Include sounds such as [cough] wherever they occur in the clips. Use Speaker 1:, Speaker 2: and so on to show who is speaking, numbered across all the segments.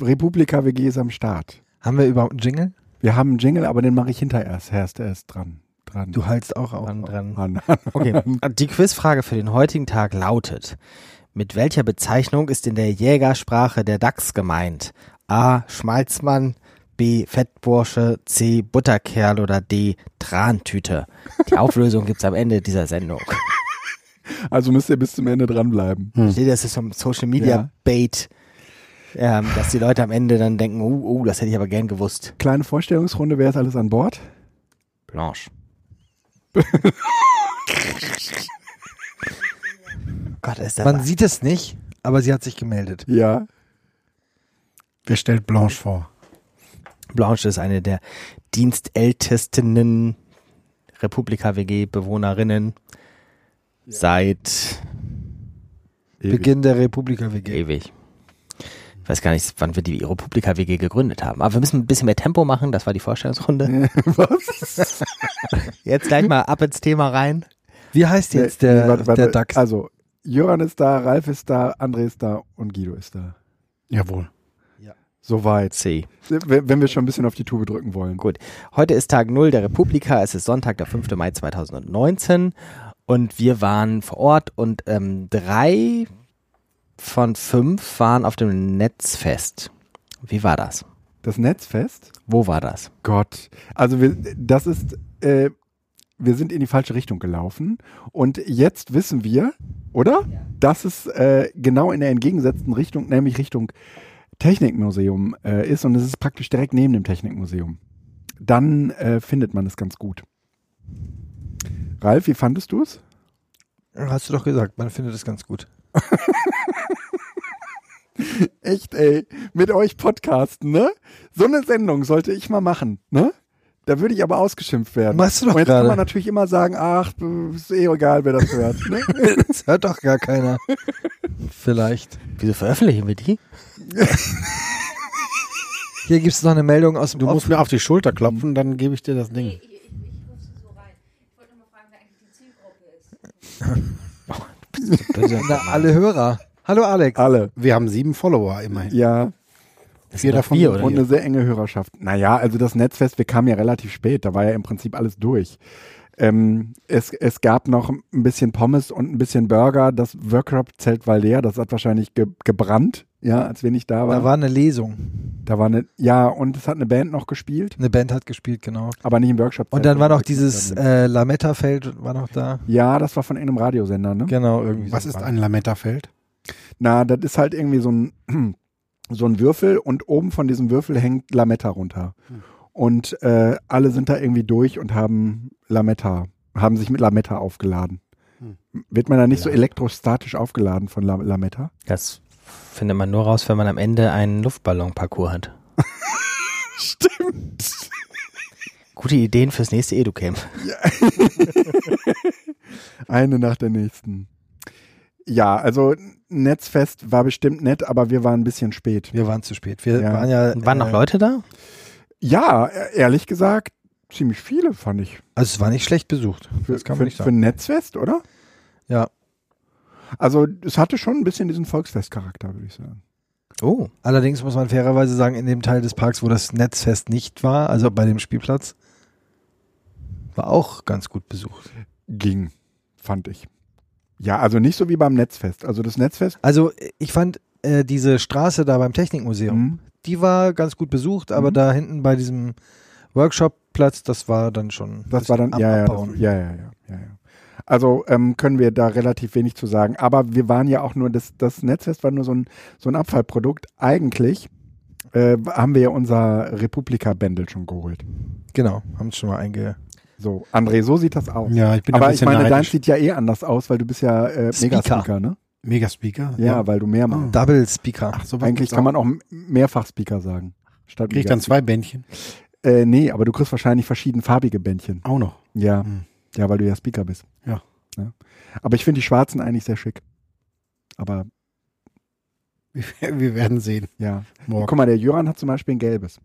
Speaker 1: Republika-WG ist am Start.
Speaker 2: Haben wir überhaupt einen Jingle?
Speaker 1: Wir haben einen Jingle, aber den mache ich hinterher erst. Erst erst dran. dran.
Speaker 2: Du haltst auch auf.
Speaker 3: Dran, dran.
Speaker 1: Mann.
Speaker 2: Okay.
Speaker 3: [laughs] Die Quizfrage für den heutigen Tag lautet: Mit welcher Bezeichnung ist in der Jägersprache der Dachs gemeint? A. Schmalzmann, B. Fettbursche, C. Butterkerl oder D. Trantüte. Die Auflösung gibt's am Ende dieser
Speaker 2: [laughs]
Speaker 3: Sendung.
Speaker 1: [laughs] Also müsst ihr bis zum Ende dranbleiben.
Speaker 2: Hm.
Speaker 3: Ich verstehe, das ist so ein Social Media
Speaker 1: Ja.
Speaker 3: Bait, ähm, dass die Leute am Ende dann denken: Oh, oh, das hätte ich aber gern gewusst.
Speaker 1: Kleine Vorstellungsrunde, wer ist alles an Bord?
Speaker 3: Blanche. [laughs] Gott, ist das.
Speaker 2: Man sieht es nicht, aber sie hat sich gemeldet.
Speaker 1: Ja.
Speaker 4: Wer stellt Blanche vor?
Speaker 3: Blanche ist eine der dienstältesten Republika-WG-Bewohnerinnen seit
Speaker 2: Beginn der Republika-WG.
Speaker 3: ewig. Ich weiß gar nicht, wann wir die Republika-WG gegründet haben. Aber wir müssen ein bisschen mehr Tempo machen. Das war die Vorstellungsrunde.
Speaker 1: Was?
Speaker 3: Jetzt gleich mal ab ins Thema rein.
Speaker 2: Wie heißt
Speaker 4: Äh,
Speaker 2: jetzt der,
Speaker 1: Nee, warte, warte.
Speaker 2: der Dachs?
Speaker 1: Also, Jöran ist da, Ralf ist da, André ist da und Guido ist da.
Speaker 4: Jawohl.
Speaker 1: Soweit.
Speaker 3: C.
Speaker 1: Wenn wenn wir schon ein bisschen auf die Tube drücken wollen.
Speaker 3: Gut. Heute ist Tag Null der Republika. Es ist Sonntag, der 5. Mai 2019. Und wir waren vor Ort und ähm, drei von fünf waren auf dem Netzfest. Wie war das?
Speaker 1: Das Netzfest?
Speaker 3: Wo war das?
Speaker 1: Gott. Also, wir, das ist, äh, wir sind in die falsche Richtung gelaufen. Und jetzt wissen wir, oder? Dass es äh, genau in der entgegengesetzten Richtung, nämlich Richtung Technikmuseum äh, ist. Und es ist praktisch direkt neben dem Technikmuseum. Dann äh, findet man es ganz gut. Ralf, wie fandest du es?
Speaker 4: Also-
Speaker 2: Hast du doch gesagt, man findet es ganz gut.
Speaker 1: Echt, ey. Mit euch podcasten, ne? So eine Sendung sollte ich mal machen, ne? Da würde ich aber ausgeschimpft werden.
Speaker 2: Machst du doch
Speaker 1: Und jetzt kann
Speaker 2: gerade.
Speaker 1: man natürlich immer sagen, ach, ist eh egal, wer das hört. Ne?
Speaker 2: [laughs] Das hört doch gar keiner. Vielleicht.
Speaker 3: Wieso veröffentlichen wir die?
Speaker 2: [laughs] Hier gibt es noch eine Meldung aus dem
Speaker 4: Du musst
Speaker 2: Off.
Speaker 4: mir auf die Schulter klopfen, dann gebe ich dir das Ding.
Speaker 5: Ich, ich, ich rufe sie so rein. Ich wollte nur mal fragen, wer eigentlich die Zielgruppe ist.
Speaker 2: Na, alle Hörer. Hallo Alex.
Speaker 1: Alle.
Speaker 4: Wir haben sieben Follower immerhin.
Speaker 1: Ja.
Speaker 4: Vier davon
Speaker 3: wir,
Speaker 4: sind
Speaker 1: Und eine sehr enge Hörerschaft. Naja, also das Netzfest, wir kamen ja relativ spät, da war ja im Prinzip alles durch. Ähm, es, es gab noch ein bisschen Pommes und ein bisschen Burger. Das Workrop-Zelt war leer, das hat wahrscheinlich ge gebrannt, ja, als wir nicht da waren.
Speaker 2: Da war eine Lesung.
Speaker 1: da war eine, ja, und es hat eine Band noch gespielt,
Speaker 2: Eine Band hat gespielt, genau.
Speaker 1: aber nicht im Workshop.
Speaker 2: Und dann war noch dieses äh, Lametta-Feld, war noch da.
Speaker 1: Ja, das war von irgendeinem Radiosender, ne?
Speaker 2: Genau, irgendwie.
Speaker 4: Was
Speaker 2: so.
Speaker 4: ist ein Lametterfeld?
Speaker 1: Na, das ist halt irgendwie so ein, [clears throat] so ein Würfel und oben von diesem Würfel hängt Lametta runter.
Speaker 2: Hm.
Speaker 1: Und äh, alle sind da irgendwie durch und haben Lametta, haben sich mit Lametta aufgeladen.
Speaker 4: Hm.
Speaker 1: Wird man da nicht so
Speaker 4: Ja.
Speaker 1: elektrostatisch aufgeladen von La Lametta?
Speaker 3: Das findet man nur raus, wenn man am Ende einen Luftballonparcours hat. Stimmt. Gute Ideen fürs nächste Educamp.
Speaker 1: Eine nach der nächsten. Ja, also Netzfest war bestimmt nett, aber wir waren ein bisschen spät.
Speaker 2: Wir waren zu spät. Wir
Speaker 1: Ja.
Speaker 2: waren ja.
Speaker 3: Waren noch
Speaker 2: äh,
Speaker 3: Leute da?
Speaker 1: Ja, e- ehrlich gesagt, ziemlich viele fand ich.
Speaker 2: Also es war nicht schlecht besucht.
Speaker 1: Für,
Speaker 2: das kann
Speaker 1: für,
Speaker 2: man nicht
Speaker 1: für
Speaker 2: sagen.
Speaker 1: ein Netzfest, oder?
Speaker 2: Ja.
Speaker 1: Also es hatte schon ein bisschen diesen Volksfestcharakter, würde ich sagen.
Speaker 3: Oh.
Speaker 2: Allerdings muss man fairerweise sagen, in dem Teil des Parks, wo das Netzfest nicht war, also bei dem Spielplatz, war auch ganz gut besucht.
Speaker 1: Ging, fand ich. Ja, also nicht so wie beim Netzfest. Also das Netzfest,
Speaker 2: Also ich fand äh, diese Straße da beim Technikmuseum,
Speaker 1: mh,
Speaker 2: die war ganz gut besucht, aber
Speaker 1: Mhm.
Speaker 2: da hinten bei diesem Workshopplatz, das war dann schon.
Speaker 1: das war dann,
Speaker 2: am
Speaker 1: ja ja,
Speaker 2: Abbauen.
Speaker 1: das, ja, ja, ja, ja, ja. Also ähm, können wir da relativ wenig zu sagen. Aber wir waren ja auch nur, das, das Netzfest war nur so ein, so ein Abfallprodukt. Eigentlich äh, haben wir ja unser Republika-Bändel schon geholt.
Speaker 2: Genau, haben es schon mal einge.
Speaker 1: So, André, so sieht das aus.
Speaker 4: Ja, ich bin ein
Speaker 1: Aber ich
Speaker 4: bisschen
Speaker 1: meine, dein
Speaker 4: neidisch.
Speaker 1: sieht ja eh anders aus, weil du bist ja äh,
Speaker 3: Speaker.
Speaker 1: Mega-Speaker, ne?
Speaker 4: Mega Speaker.
Speaker 1: Ja, weil du mehr machst.
Speaker 2: Double Speaker.
Speaker 4: Ach, sowas
Speaker 1: Eigentlich
Speaker 4: gibt's
Speaker 1: kann man auch m- mehrfach Speaker sagen. Statt
Speaker 4: Krieg ich dann
Speaker 1: Mega-
Speaker 4: zwei Bändchen?
Speaker 1: Äh, nee, aber du kriegst wahrscheinlich verschieden farbige Bändchen.
Speaker 4: Auch noch.
Speaker 1: Ja.
Speaker 4: Hm.
Speaker 1: Ja, weil du ja Speaker bist.
Speaker 4: Ja.
Speaker 1: ja. Aber ich finde die Schwarzen eigentlich sehr schick. Aber
Speaker 4: Wir, [laughs] wir werden sehen.
Speaker 1: ja.
Speaker 4: Morgen.
Speaker 1: Guck mal, der Jöran hat zum Beispiel ein gelbes.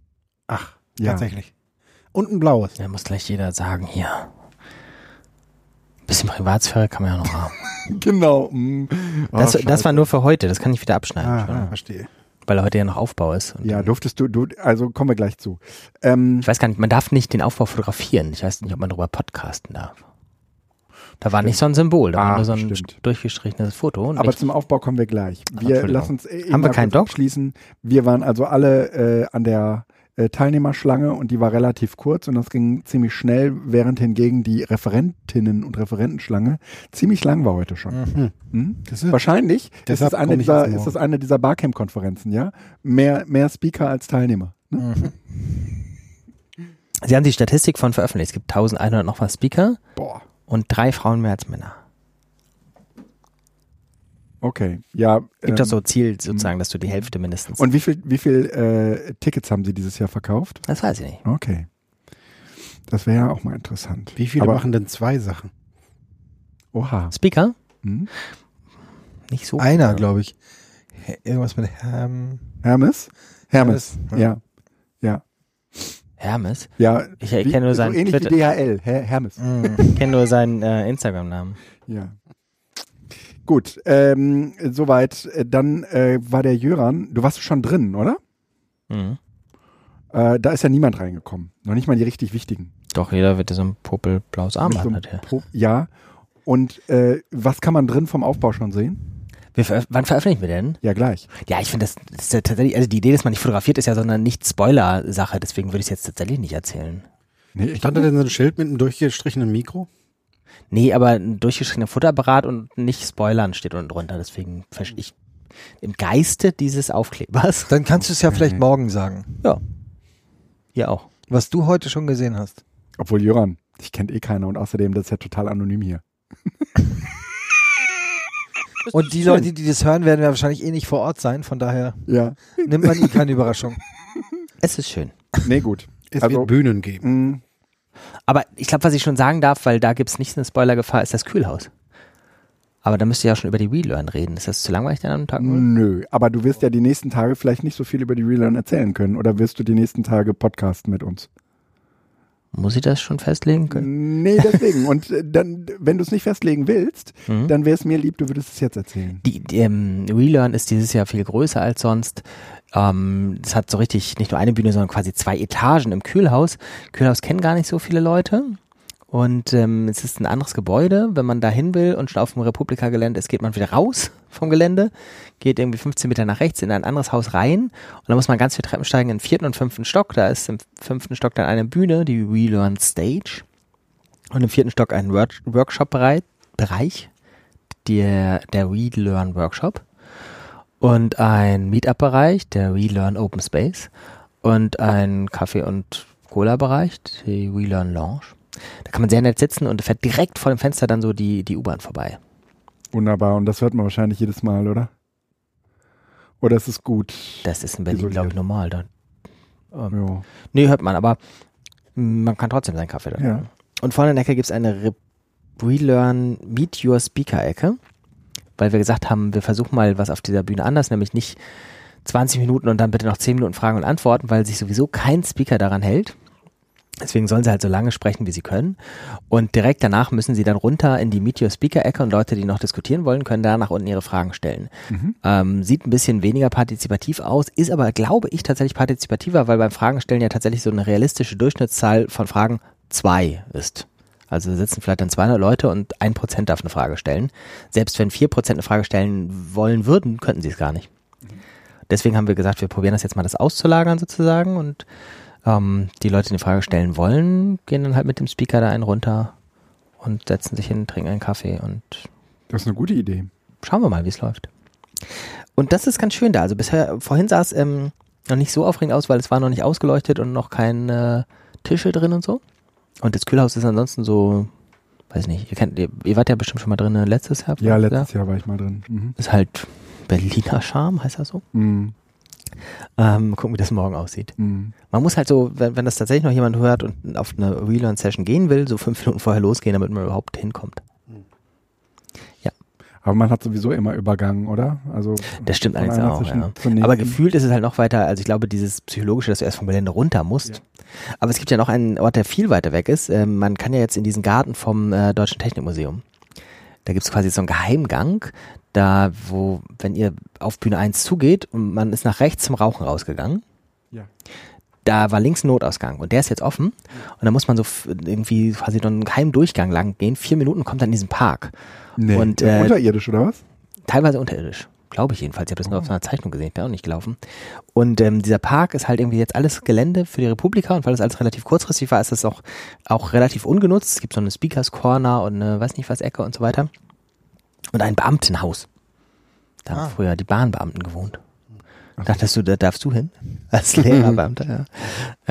Speaker 4: Ach,
Speaker 1: Ja.
Speaker 4: tatsächlich. Und ein blaues.
Speaker 3: Da muss gleich jeder sagen, hier. Bisschen Privatsphäre kann man ja noch haben.
Speaker 1: Genau. Mm. Oh,
Speaker 3: Das, das
Speaker 4: Hm.
Speaker 1: scheiße.
Speaker 3: war nur für heute, das kann ich wieder abschneiden.
Speaker 4: Ah, ah, verstehe.
Speaker 3: weil heute ja noch Aufbau ist. Und
Speaker 1: Ja, durftest du, du, also kommen wir gleich zu. Ähm,
Speaker 3: Ich weiß gar nicht, man darf nicht den Aufbau fotografieren. Ich weiß nicht, ob man darüber podcasten darf. Da war nicht so ein Symbol, da
Speaker 1: Ah,
Speaker 3: war nur so ein
Speaker 1: stimmt.
Speaker 3: durchgestrichenes Foto. Und
Speaker 1: aber
Speaker 3: ich,
Speaker 1: zum Aufbau kommen wir gleich. Wir
Speaker 3: Entschuldigung.
Speaker 1: lassen uns eh- eh
Speaker 3: Haben wir
Speaker 1: mal
Speaker 3: keinen
Speaker 1: kurz
Speaker 3: Doc?
Speaker 1: abschließen. Wir waren also alle äh, an der äh, Teilnehmerschlange und die war relativ kurz und das ging ziemlich schnell, während hingegen die Referentinnen und Referentenschlange ziemlich lang war heute schon.
Speaker 4: Hm.
Speaker 1: Hm?
Speaker 4: Das ist-
Speaker 1: Wahrscheinlich ist
Speaker 4: Deshalb
Speaker 1: das, eine
Speaker 4: komm ich
Speaker 1: dieser,
Speaker 4: erst
Speaker 1: ist das eine dieser Barcamp-Konferenzen, ja? Mehr, mehr Speaker als Teilnehmer. Ne?
Speaker 3: Sie haben die Statistik von veröffentlicht. Es gibt 1100 noch was Speaker
Speaker 1: Boah.
Speaker 3: und drei Frauen mehr als Männer.
Speaker 1: Okay. Ja.
Speaker 3: Gibt
Speaker 1: ähm,
Speaker 3: das so Ziel sozusagen, dass du die Hälfte mindestens.
Speaker 1: Und wie viel, wie viel äh, Tickets haben sie dieses Jahr verkauft?
Speaker 3: das weiß ich nicht.
Speaker 1: Okay. Das wäre ja auch mal interessant.
Speaker 4: Wie viele
Speaker 1: Aber,
Speaker 4: machen denn zwei Sachen?
Speaker 1: Oha.
Speaker 3: Speaker?
Speaker 1: Hm?
Speaker 3: Nicht so.
Speaker 2: Einer, glaube ich. Hä- Irgendwas mit Herm.
Speaker 1: Hermes? Hermes.
Speaker 2: Hermes,
Speaker 1: Ja. Ja.
Speaker 3: Hermes.
Speaker 1: ja.
Speaker 3: Ich, ich kenne nur
Speaker 1: so
Speaker 3: seinen
Speaker 1: ähnlich
Speaker 3: Twitter-
Speaker 1: wie DHL. Her Hermes.
Speaker 2: Mm.
Speaker 3: [laughs] Ich kenne nur seinen äh, Instagram-Namen.
Speaker 1: Ja. Gut. Ähm, soweit. Äh, Dann äh, war der Jöran. Du warst schon drin, oder?
Speaker 3: Mhm.
Speaker 1: Äh, da ist ja niemand reingekommen. Noch nicht mal die richtig wichtigen.
Speaker 3: Doch, jeder wird so ein popelblaues
Speaker 1: Mit so
Speaker 3: Armband
Speaker 1: einem
Speaker 3: Ah, hat er.
Speaker 1: Pro- ja. Und äh, was kann man drin vom Aufbau schon sehen?
Speaker 3: Wir veröf- Wann veröffentlichen wir denn?
Speaker 1: Ja, gleich.
Speaker 3: Ja, ich finde das, das ist ja tatsächlich, also die Idee, dass man nicht fotografiert, ist ja so eine Nicht-Spoiler-Sache, deswegen würde ich es jetzt tatsächlich nicht erzählen.
Speaker 1: Nee, ich
Speaker 4: Stand da denn so ein Schild mit einem durchgestrichenen Mikro?
Speaker 3: Nee, aber ein durchgeschriebener Futterapparat und nicht Spoilern steht unten drunter, deswegen verstehe ich im Geiste dieses Aufklebers. [laughs]
Speaker 2: Dann kannst
Speaker 1: [laughs]
Speaker 2: du es ja vielleicht morgen sagen,
Speaker 3: Ja auch.
Speaker 2: was du heute schon gesehen hast.
Speaker 1: Obwohl Jöran, dich kennt eh keiner und außerdem, das ist ja total anonym hier.
Speaker 2: Und die Leute, die das hören, werden ja wahrscheinlich eh nicht vor Ort sein. Von daher
Speaker 1: Ja.
Speaker 2: nimmt man eh keine
Speaker 4: [laughs]
Speaker 2: Überraschung.
Speaker 3: Es ist schön.
Speaker 1: Nee, gut.
Speaker 4: Es
Speaker 1: Also-
Speaker 4: wird Bühnen geben.
Speaker 1: Mm,
Speaker 3: Aber ich glaube, was ich schon sagen darf, weil da gibt es nicht eine Spoilergefahr, ist das Kühlhaus. Aber da müsst ihr ja schon über die Relearn reden. Ist das zu langweilig dann am Tag? null?
Speaker 1: nö, aber du wirst ja die nächsten Tage vielleicht nicht so viel über die Relearn erzählen können oder wirst du die nächsten Tage podcasten mit uns?
Speaker 3: Muss ich das schon festlegen können?
Speaker 1: Nee, deswegen. Und äh, dann, wenn du es nicht festlegen willst,
Speaker 3: Mhm.
Speaker 1: dann wäre es mir lieb, du würdest es jetzt erzählen.
Speaker 3: Die, die ähm, Relearn ist dieses Jahr viel größer als sonst. Ähm, es hat so richtig nicht nur eine Bühne, sondern quasi zwei Etagen im Kühlhaus. Kühlhaus kennen gar nicht so viele Leute. Und ähm, es ist ein anderes Gebäude. Wenn man da hin will und schon auf dem Republika-Gelände ist, geht man wieder raus vom Gelände, geht irgendwie 15 Meter nach rechts in ein anderes Haus rein. Und dann muss man ganz viele Treppen steigen in den vierten und fünften Stock. Da ist im fünften Stock dann eine Bühne, die Relearn Stage. Und im vierten Stock ein Work- Workshop-Bereich. Bereich der, der Relearn Workshop und ein Meetup-Bereich, der Relearn Open Space und ein Kaffee- und Cola-Bereich, die Relearn Lounge. Da kann man sehr nett sitzen und fährt direkt vor dem Fenster dann so die, die U-Bahn vorbei.
Speaker 1: Wunderbar. Und das hört man wahrscheinlich jedes Mal, oder? Oder ist es gut?
Speaker 3: Das ist in Berlin,
Speaker 1: Isoliert.
Speaker 3: glaube ich, normal. Da,
Speaker 1: Jo.
Speaker 3: nee, hört man, aber mm, man kann trotzdem seinen Kaffee da
Speaker 1: Ja.
Speaker 3: Und vorne in der Ecke gibt es eine Re Relearn Meet Your Speaker-Ecke, weil wir gesagt haben, wir versuchen mal was auf dieser Bühne anders, nämlich nicht 20 Minuten und dann bitte noch 10 Minuten Fragen und Antworten, weil sich sowieso kein Speaker daran hält. Deswegen sollen sie halt so lange sprechen, wie sie können. Und direkt danach müssen sie dann runter in die Meet Your Speaker-Ecke und Leute, die noch diskutieren wollen, können da nach unten ihre Fragen stellen. Ähm, sieht ein bisschen weniger partizipativ aus, ist aber, glaube ich, tatsächlich partizipativer, weil beim Fragen stellen ja tatsächlich so eine realistische Durchschnittszahl von Fragen zwei ist. Also sitzen vielleicht dann 200 Leute und ein Prozent darf eine Frage stellen. Selbst wenn vier Prozent eine Frage stellen wollen würden, könnten sie es gar nicht. Deswegen haben wir gesagt, wir probieren das jetzt mal, das auszulagern sozusagen und ähm, die Leute, die eine Frage stellen wollen, gehen dann halt mit dem Speaker da einen runter und setzen sich hin, trinken einen Kaffee und
Speaker 1: Das ist eine gute Idee.
Speaker 3: schauen wir mal, wie es läuft. Und das ist ganz schön da. Also bisher, vorhin sah es ähm, noch nicht so aufregend aus, weil es war noch nicht ausgeleuchtet und noch keine Tische drin und so. Und das Kühlhaus ist ansonsten so, weiß nicht, ihr, kennt, ihr, ihr wart ja bestimmt schon mal drin ne, letztes Jahr.
Speaker 1: Ja, letztes Jahr war ich mal drin. Mhm.
Speaker 3: Ist halt Berliner Charme, heißt das so.
Speaker 1: Mhm.
Speaker 3: Ähm, gucken, wie das morgen aussieht.
Speaker 1: Mhm.
Speaker 3: Man muss halt so, wenn, wenn das tatsächlich noch jemand hört und auf eine Relearn-Session gehen will, so fünf [laughs] Minuten vorher losgehen, damit man überhaupt hinkommt.
Speaker 1: Aber man hat sowieso immer übergangen, oder? Also
Speaker 3: Das stimmt
Speaker 1: von
Speaker 3: allerdings
Speaker 1: einer
Speaker 3: auch,
Speaker 1: zwischen-
Speaker 3: ja.
Speaker 1: zur nächsten.
Speaker 3: Aber gefühlt ist es halt noch weiter, also ich glaube, dieses Psychologische, dass du erst vom Gelände runter musst. Aber es gibt ja noch einen Ort, der viel weiter weg ist. Ähm, man kann ja jetzt in diesen Garten vom äh, Deutschen Technikmuseum. Da gibt es quasi so einen Geheimgang, da wo, wenn ihr auf Bühne 1 zugeht und man ist nach rechts zum Rauchen rausgegangen,
Speaker 1: Ja.
Speaker 3: da war links ein Notausgang und der ist jetzt offen und da muss man so f- irgendwie quasi dann einen geheimen Durchgang lang gehen. Vier Minuten kommt dann in diesen Park.
Speaker 1: Nee.
Speaker 3: Und,
Speaker 1: Ja,
Speaker 3: äh,
Speaker 1: Unterirdisch oder was?
Speaker 3: teilweise unterirdisch. Glaube ich jedenfalls. Ich habe das nur auf einer Zeichnung gesehen. Ich bin auch nicht gelaufen. Und ähm, dieser Park ist halt irgendwie jetzt alles Gelände für die Republika. Und weil das alles relativ kurzfristig war, ist das auch, auch relativ ungenutzt. Es gibt so eine Speakers Corner und eine weiß nicht was Ecke und so weiter. Und ein Beamtenhaus. Da haben früher die Bahnbeamten gewohnt. Dachtest du, da darfst du hin? Als Lehrerbeamter, ja.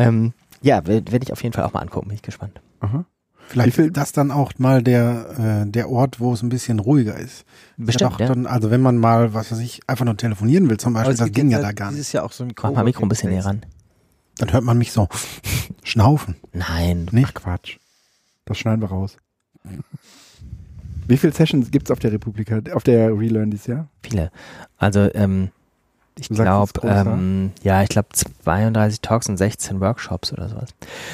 Speaker 3: Ähm, ja, werde werd ich auf jeden Fall auch mal angucken. Bin ich gespannt.
Speaker 1: Wie
Speaker 4: Vielleicht
Speaker 1: viel-
Speaker 4: ist das dann auch mal der, äh, der Ort, wo es ein bisschen ruhiger ist. Ist ja
Speaker 3: Bestimmt,
Speaker 4: doch
Speaker 3: ja.
Speaker 4: dann, also wenn man mal, was weiß ich, einfach nur telefonieren will zum
Speaker 2: Aber
Speaker 4: Beispiel,
Speaker 2: es
Speaker 4: das
Speaker 2: gibt halt
Speaker 4: ging ja da gar nicht.
Speaker 2: Dieses Jahr auch so ein
Speaker 3: Mach mal Mikro ein bisschen näher ran.
Speaker 4: Dann hört man mich so [laughs] schnaufen.
Speaker 3: Nein,
Speaker 4: Nee.
Speaker 1: Ach Quatsch. Das schneiden wir raus. Wie viele Sessions gibt es auf der Republika, auf der Relearn dieses Jahr?
Speaker 3: Viele. Also ähm, ich
Speaker 1: Du sagst, es
Speaker 3: glaube,
Speaker 1: ist ne? größer.
Speaker 3: ähm, ja, ich glaube 32 Talks und 16 Workshops oder sowas.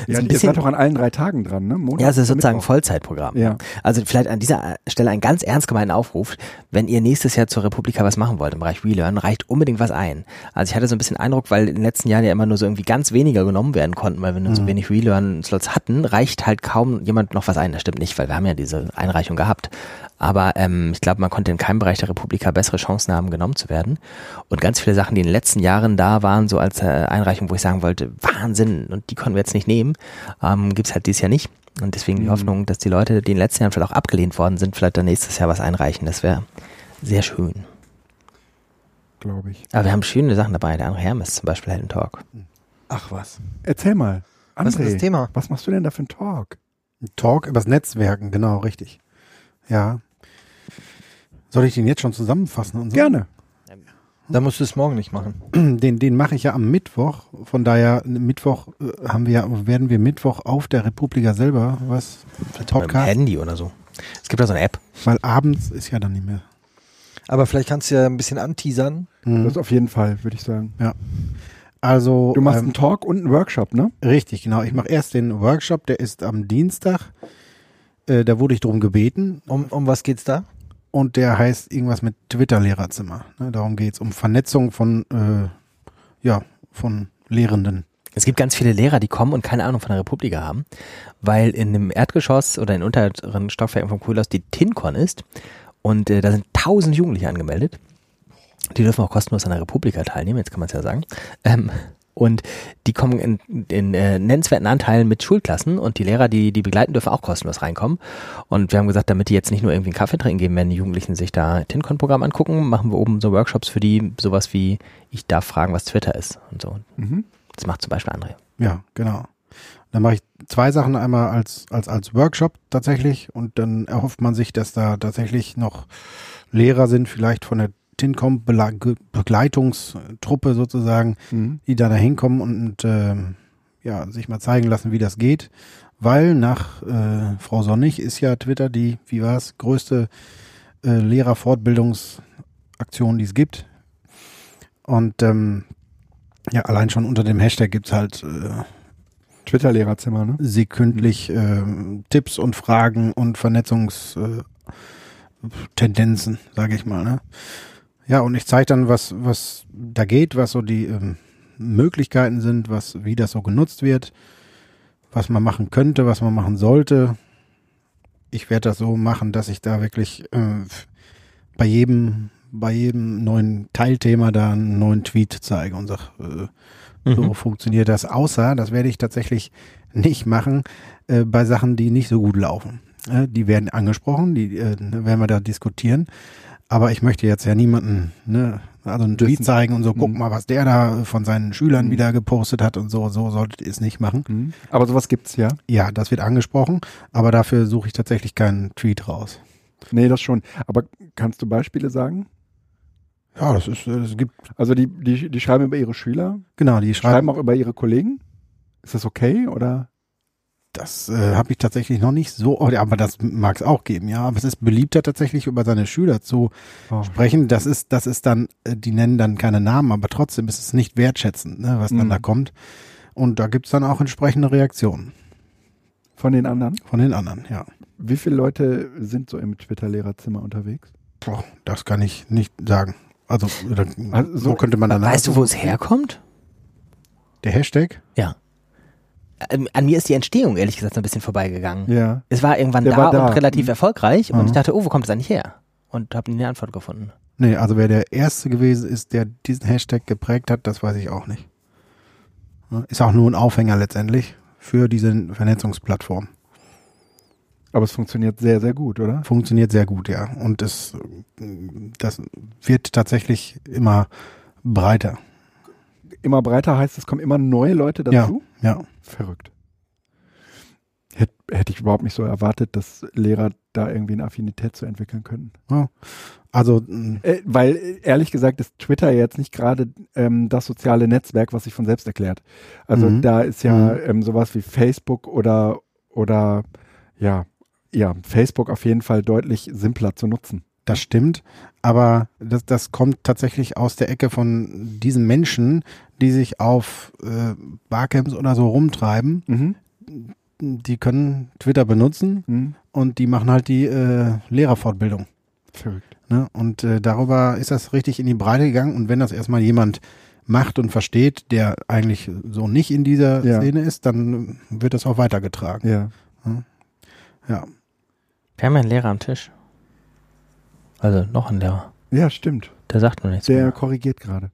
Speaker 1: Ja,
Speaker 3: ein
Speaker 1: ihr
Speaker 3: bisschen-
Speaker 1: seid doch an allen drei Tagen dran, ne? Montag,
Speaker 3: Ja, es ist
Speaker 1: Mittwoch.
Speaker 3: sozusagen ein Vollzeitprogramm.
Speaker 1: Ja.
Speaker 3: Also vielleicht an dieser Stelle einen ganz ernst gemeinten Aufruf, wenn ihr nächstes Jahr zur Republika was machen wollt im Bereich Relearn, reicht unbedingt was ein. Also ich hatte so ein bisschen Eindruck, weil in den letzten Jahren ja immer nur so irgendwie ganz weniger genommen werden konnten, weil wir nur so wenig Relearn-Slots hatten, reicht halt kaum jemand noch was ein. Das stimmt nicht, weil wir haben ja diese Einreichung gehabt. Aber ähm, ich glaube, man konnte in keinem Bereich der Republika bessere Chancen haben, genommen zu werden. Und ganz viele Sachen, die in den letzten Jahren da waren, so als äh, Einreichung, wo ich sagen wollte, Wahnsinn, und die konnten wir jetzt nicht nehmen, ähm, gibt's halt dieses Jahr nicht. Und deswegen die Hoffnung, dass die Leute, die in den letzten Jahren vielleicht auch abgelehnt worden sind, vielleicht dann nächstes Jahr was einreichen. Das wäre sehr schön.
Speaker 1: Glaube ich.
Speaker 3: Aber wir haben schöne Sachen dabei. Der andere Hermes zum Beispiel hält einen Talk.
Speaker 2: Ach was.
Speaker 1: Erzähl mal. André,
Speaker 2: Was ist das Thema?
Speaker 1: Was machst du denn da für einen Talk?
Speaker 4: Ein Talk übers Netzwerken, genau, richtig. Ja. Soll ich den jetzt schon zusammenfassen und so?
Speaker 1: Gerne.
Speaker 2: Da musst du es morgen nicht machen.
Speaker 4: [clears throat] Den, den mache ich ja am Mittwoch. Von daher, Mittwoch äh, haben wir, ja- werden wir Mittwoch auf der Republika selber was
Speaker 3: Mit dem
Speaker 4: Podcast,
Speaker 3: Handy oder so. Es gibt da so eine App.
Speaker 4: weil abends ist ja dann nicht mehr.
Speaker 2: Aber vielleicht kannst du ja ein bisschen anteasern.
Speaker 3: Mhm.
Speaker 1: Das auf jeden Fall, würde ich sagen.
Speaker 3: Oh,
Speaker 4: Also
Speaker 1: Du machst
Speaker 4: ähm,
Speaker 1: einen Talk und einen Workshop, ne?
Speaker 4: Richtig, genau. Ich mache erst den Workshop, der ist am Dienstag. Äh, da wurde ich drum gebeten
Speaker 2: Um, um was geht's da?
Speaker 4: und der heißt irgendwas mit Twitter-Lehrerzimmer. Ne, darum geht's um Vernetzung von, äh, ja, von Lehrenden.
Speaker 3: Es gibt ganz viele Lehrer, die kommen und keine Ahnung von der Republika haben, weil in dem Erdgeschoss oder in unteren Stockwerken vom Kuhhaus die TinCon ist und äh, da sind tausend Jugendliche angemeldet. Die dürfen auch kostenlos an der Republika teilnehmen, jetzt kann man es ja sagen. Ähm, und die kommen in, in äh, nennenswerten Anteilen mit Schulklassen und die Lehrer, die die begleiten, dürfen auch kostenlos reinkommen. Und wir haben gesagt, damit die jetzt nicht nur irgendwie einen Kaffee trinken gehen, wenn die Jugendlichen sich da TinCon-Programm angucken, machen wir oben so Workshops für die, sowas wie, ich darf fragen, was Twitter ist und so.
Speaker 1: Mhm.
Speaker 3: Das macht zum Beispiel André.
Speaker 4: Ja, genau. Dann mache ich zwei Sachen einmal als, als, als Workshop tatsächlich und dann erhofft man sich, dass da tatsächlich noch Lehrer sind, vielleicht von der TINCOM Bela- Ge- Begleitungstruppe sozusagen,
Speaker 1: Mhm.
Speaker 4: die da da hinkommen und ähm, ja, sich mal zeigen lassen, wie das geht. Weil nach äh, Frau Sonnig ist ja Twitter die, wie war's größte äh, Lehrerfortbildungsaktion, die es gibt. Und ähm, ja, allein schon unter dem Hashtag gibt's halt äh,
Speaker 1: Twitter-Lehrerzimmer, ne?
Speaker 4: sekündlich ähm, Tipps und Fragen und Vernetzungstendenzen, äh, sage ich mal. Ne? Ja, und ich zeige dann, was, was da geht, was so die ähm, Möglichkeiten sind, was, wie das so genutzt wird, was man machen könnte, was man machen sollte. Ich werde das so machen, dass ich da wirklich äh, f- bei jedem bei jedem neuen Teilthema da einen neuen Tweet zeige und sage, äh,
Speaker 1: Mhm.
Speaker 4: so funktioniert das. Außer, das werde ich tatsächlich nicht machen, äh, bei Sachen, die nicht so gut laufen. Äh, die werden angesprochen, die äh, ne, werden wir da diskutieren. Aber ich möchte jetzt ja niemanden, ne, also einen Tweet
Speaker 1: Wissen.
Speaker 4: zeigen und so, guck
Speaker 1: Mhm.
Speaker 4: mal, was der da von seinen Schülern
Speaker 1: Mhm.
Speaker 4: wieder gepostet hat und so, so solltet ihr es nicht machen.
Speaker 1: Mhm. Aber sowas gibt's ja.
Speaker 4: Ja, das wird angesprochen, aber dafür suche ich tatsächlich keinen Tweet raus.
Speaker 1: Nee, das schon. Aber kannst du Beispiele sagen?
Speaker 4: Ja, das ist, äh, es gibt,
Speaker 1: Also die, die, die schreiben über ihre Schüler,
Speaker 4: genau, die
Speaker 3: Ah.
Speaker 4: schreiben,
Speaker 1: schreiben auch über ihre Kollegen. Ist das okay oder?
Speaker 4: Das äh, habe ich tatsächlich noch nicht so, oh, ja, aber das mag es auch geben, ja. Aber es ist beliebter tatsächlich über seine Schüler zu
Speaker 1: Oh.
Speaker 4: sprechen. Das ist, das ist dann, äh, die nennen dann keine Namen, aber trotzdem ist es nicht wertschätzend, ne, was dann
Speaker 1: Mhm.
Speaker 4: da kommt. Und da gibt's dann auch entsprechende Reaktionen
Speaker 1: Von den anderen?
Speaker 4: von den anderen, ja.
Speaker 1: Wie viele Leute sind so im Twitter-Lehrerzimmer unterwegs?
Speaker 4: boah, das kann ich nicht sagen. Also, oder,
Speaker 1: Also,
Speaker 4: so könnte man danach.
Speaker 3: Weißt du, wo es herkommt?
Speaker 4: Der Hashtag?
Speaker 3: Ähm, An mir ist die Entstehung ehrlich gesagt so ein bisschen vorbeigegangen.
Speaker 1: Ja.
Speaker 3: Es war irgendwann
Speaker 1: Der
Speaker 3: da,
Speaker 1: war da.
Speaker 3: und relativ erfolgreich und
Speaker 4: Mhm.
Speaker 3: ich dachte, oh, wo kommt das eigentlich her? Und habe nie eine Antwort gefunden.
Speaker 4: Nee, also wer der Erste gewesen ist, der diesen Hashtag geprägt hat, das weiß ich auch nicht. Ist auch nur ein Aufhänger letztendlich für diese Vernetzungsplattform.
Speaker 1: Aber es funktioniert sehr, sehr gut, oder?
Speaker 4: Funktioniert sehr gut, ja. Und es, das wird tatsächlich immer breiter.
Speaker 1: Immer breiter heißt, es kommen immer neue Leute dazu.
Speaker 4: Ja.
Speaker 1: Verrückt. Hätt, hätte ich überhaupt nicht so erwartet, dass Lehrer da irgendwie eine Affinität zu entwickeln können.
Speaker 4: Also, mh,
Speaker 1: Äh, weil äh, ehrlich gesagt ist Twitter jetzt nicht gerade ähm, das soziale Netzwerk, was sich von selbst erklärt. Also
Speaker 4: Mhm.
Speaker 1: da ist ja
Speaker 4: Mhm.
Speaker 1: ähm, sowas wie Facebook oder oder ja ja Facebook auf jeden Fall deutlich simpler zu nutzen.
Speaker 4: das stimmt. Aber das, das kommt tatsächlich aus der Ecke von diesen Menschen, die sich auf äh, Barcamps oder so rumtreiben.
Speaker 1: Mhm.
Speaker 4: Die können Twitter benutzen
Speaker 1: Mhm.
Speaker 4: und die machen halt die äh, Lehrerfortbildung.
Speaker 1: Verrückt.
Speaker 4: Ne? Und äh, darüber ist das richtig in die Breite gegangen. Und wenn das erstmal jemand macht und versteht, der eigentlich so nicht in dieser
Speaker 1: Ja.
Speaker 4: Szene ist, dann wird das auch weitergetragen.
Speaker 1: Ja.
Speaker 3: Wir haben ja einen Lehrer am Tisch. Also noch einen Lehrer.
Speaker 1: Ja, stimmt.
Speaker 3: Der sagt nur nichts.
Speaker 1: Der
Speaker 3: mehr.
Speaker 1: korrigiert gerade.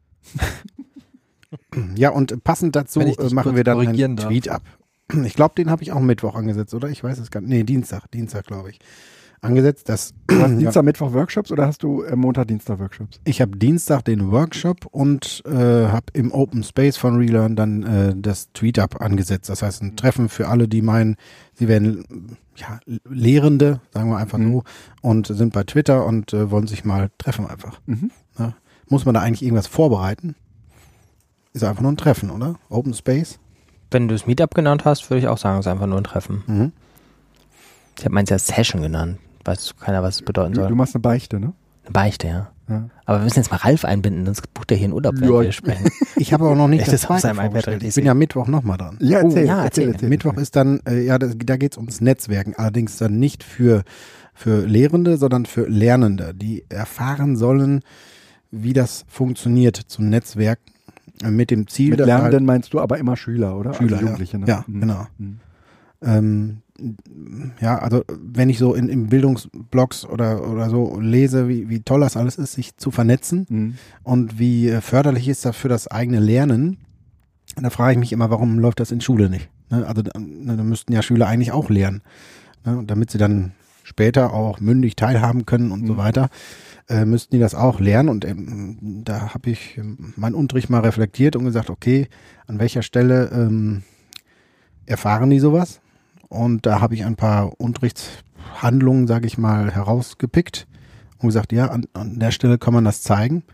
Speaker 4: Ja, und passend dazu
Speaker 2: Wenn ich dich
Speaker 4: äh, machen
Speaker 2: kurz
Speaker 4: wir dann
Speaker 2: korrigieren
Speaker 4: einen
Speaker 2: darf.
Speaker 4: Tweet ab. Ich glaube, den habe ich auch Mittwoch angesetzt, oder? Ich weiß es gar nicht. Nee, Dienstag, Dienstag, glaube ich. Angesetzt, dass
Speaker 1: Du hast Dienstag, Mittwoch Workshops oder hast du äh, Montag, Dienstag Workshops?
Speaker 4: ich habe Dienstag den Workshop und äh, habe im Open Space von Relearn dann äh, das Tweet-Up angesetzt. Das heißt, ein Treffen für alle, die meinen, sie werden ja, Lehrende, sagen wir einfach so, und sind bei Twitter und äh, wollen sich mal treffen einfach.
Speaker 1: Mhm.
Speaker 4: Ja. Muss man da eigentlich irgendwas vorbereiten? Ist einfach nur ein Treffen, oder? Open Space?
Speaker 3: Wenn du es Meetup genannt hast, würde ich auch sagen, es ist einfach nur ein Treffen.
Speaker 4: Mhm.
Speaker 3: Ich habe meins ja Session genannt. Weiß keiner, was es bedeuten
Speaker 1: Du,
Speaker 3: soll.
Speaker 1: du machst eine Beichte, ne?
Speaker 3: Eine Beichte, ja.
Speaker 1: Ja.
Speaker 3: Aber wir müssen jetzt mal Ralf einbinden, sonst bucht er hier einen Urlaub, wenn
Speaker 1: Ja.
Speaker 3: wir sprechen.
Speaker 4: Ich habe auch noch nicht
Speaker 3: Echt,
Speaker 4: das
Speaker 3: das auf
Speaker 4: zweite
Speaker 3: seinem iPad
Speaker 4: vorgestellt. Ich
Speaker 3: richtig
Speaker 4: bin ja Mittwoch nochmal dran.
Speaker 1: Ja,
Speaker 3: Oh,
Speaker 1: erzähl, erzähl,
Speaker 3: ja, erzähl.
Speaker 1: erzähl.
Speaker 4: Mittwoch ist dann, äh, ja, das, da geht es ums Netzwerken, allerdings dann nicht für, für Lehrende, sondern für Lernende, die erfahren sollen, wie das funktioniert zum Netzwerken äh, mit dem Ziel,
Speaker 1: Mit
Speaker 4: dass
Speaker 1: Lernenden meinst du aber immer Schüler, oder?
Speaker 4: halt Schüler,
Speaker 1: also Jugendliche,
Speaker 4: ja,
Speaker 1: ne?
Speaker 4: ja
Speaker 1: Mhm.
Speaker 4: genau.
Speaker 1: Mhm.
Speaker 4: Ähm, ja, also wenn ich so in, in Bildungsblogs oder, oder so lese, wie, wie toll das alles ist, sich zu vernetzen,
Speaker 1: Mhm.
Speaker 4: und wie äh, förderlich ist das für das eigene Lernen? Und Da frage ich mich immer, warum läuft das in Schule nicht? Ne? Also da, ne, da müssten ja Schüler eigentlich auch lernen, ne? Und damit sie dann später auch mündig teilhaben können und so weiter, äh, müssten die das auch lernen. Und ähm, da habe ich ähm, meinen Unterricht mal reflektiert und gesagt, okay, an welcher Stelle ähm, erfahren die sowas? Und da habe ich ein paar Unterrichtshandlungen, sage ich mal, herausgepickt und gesagt, ja, an, an der Stelle kann man das zeigen.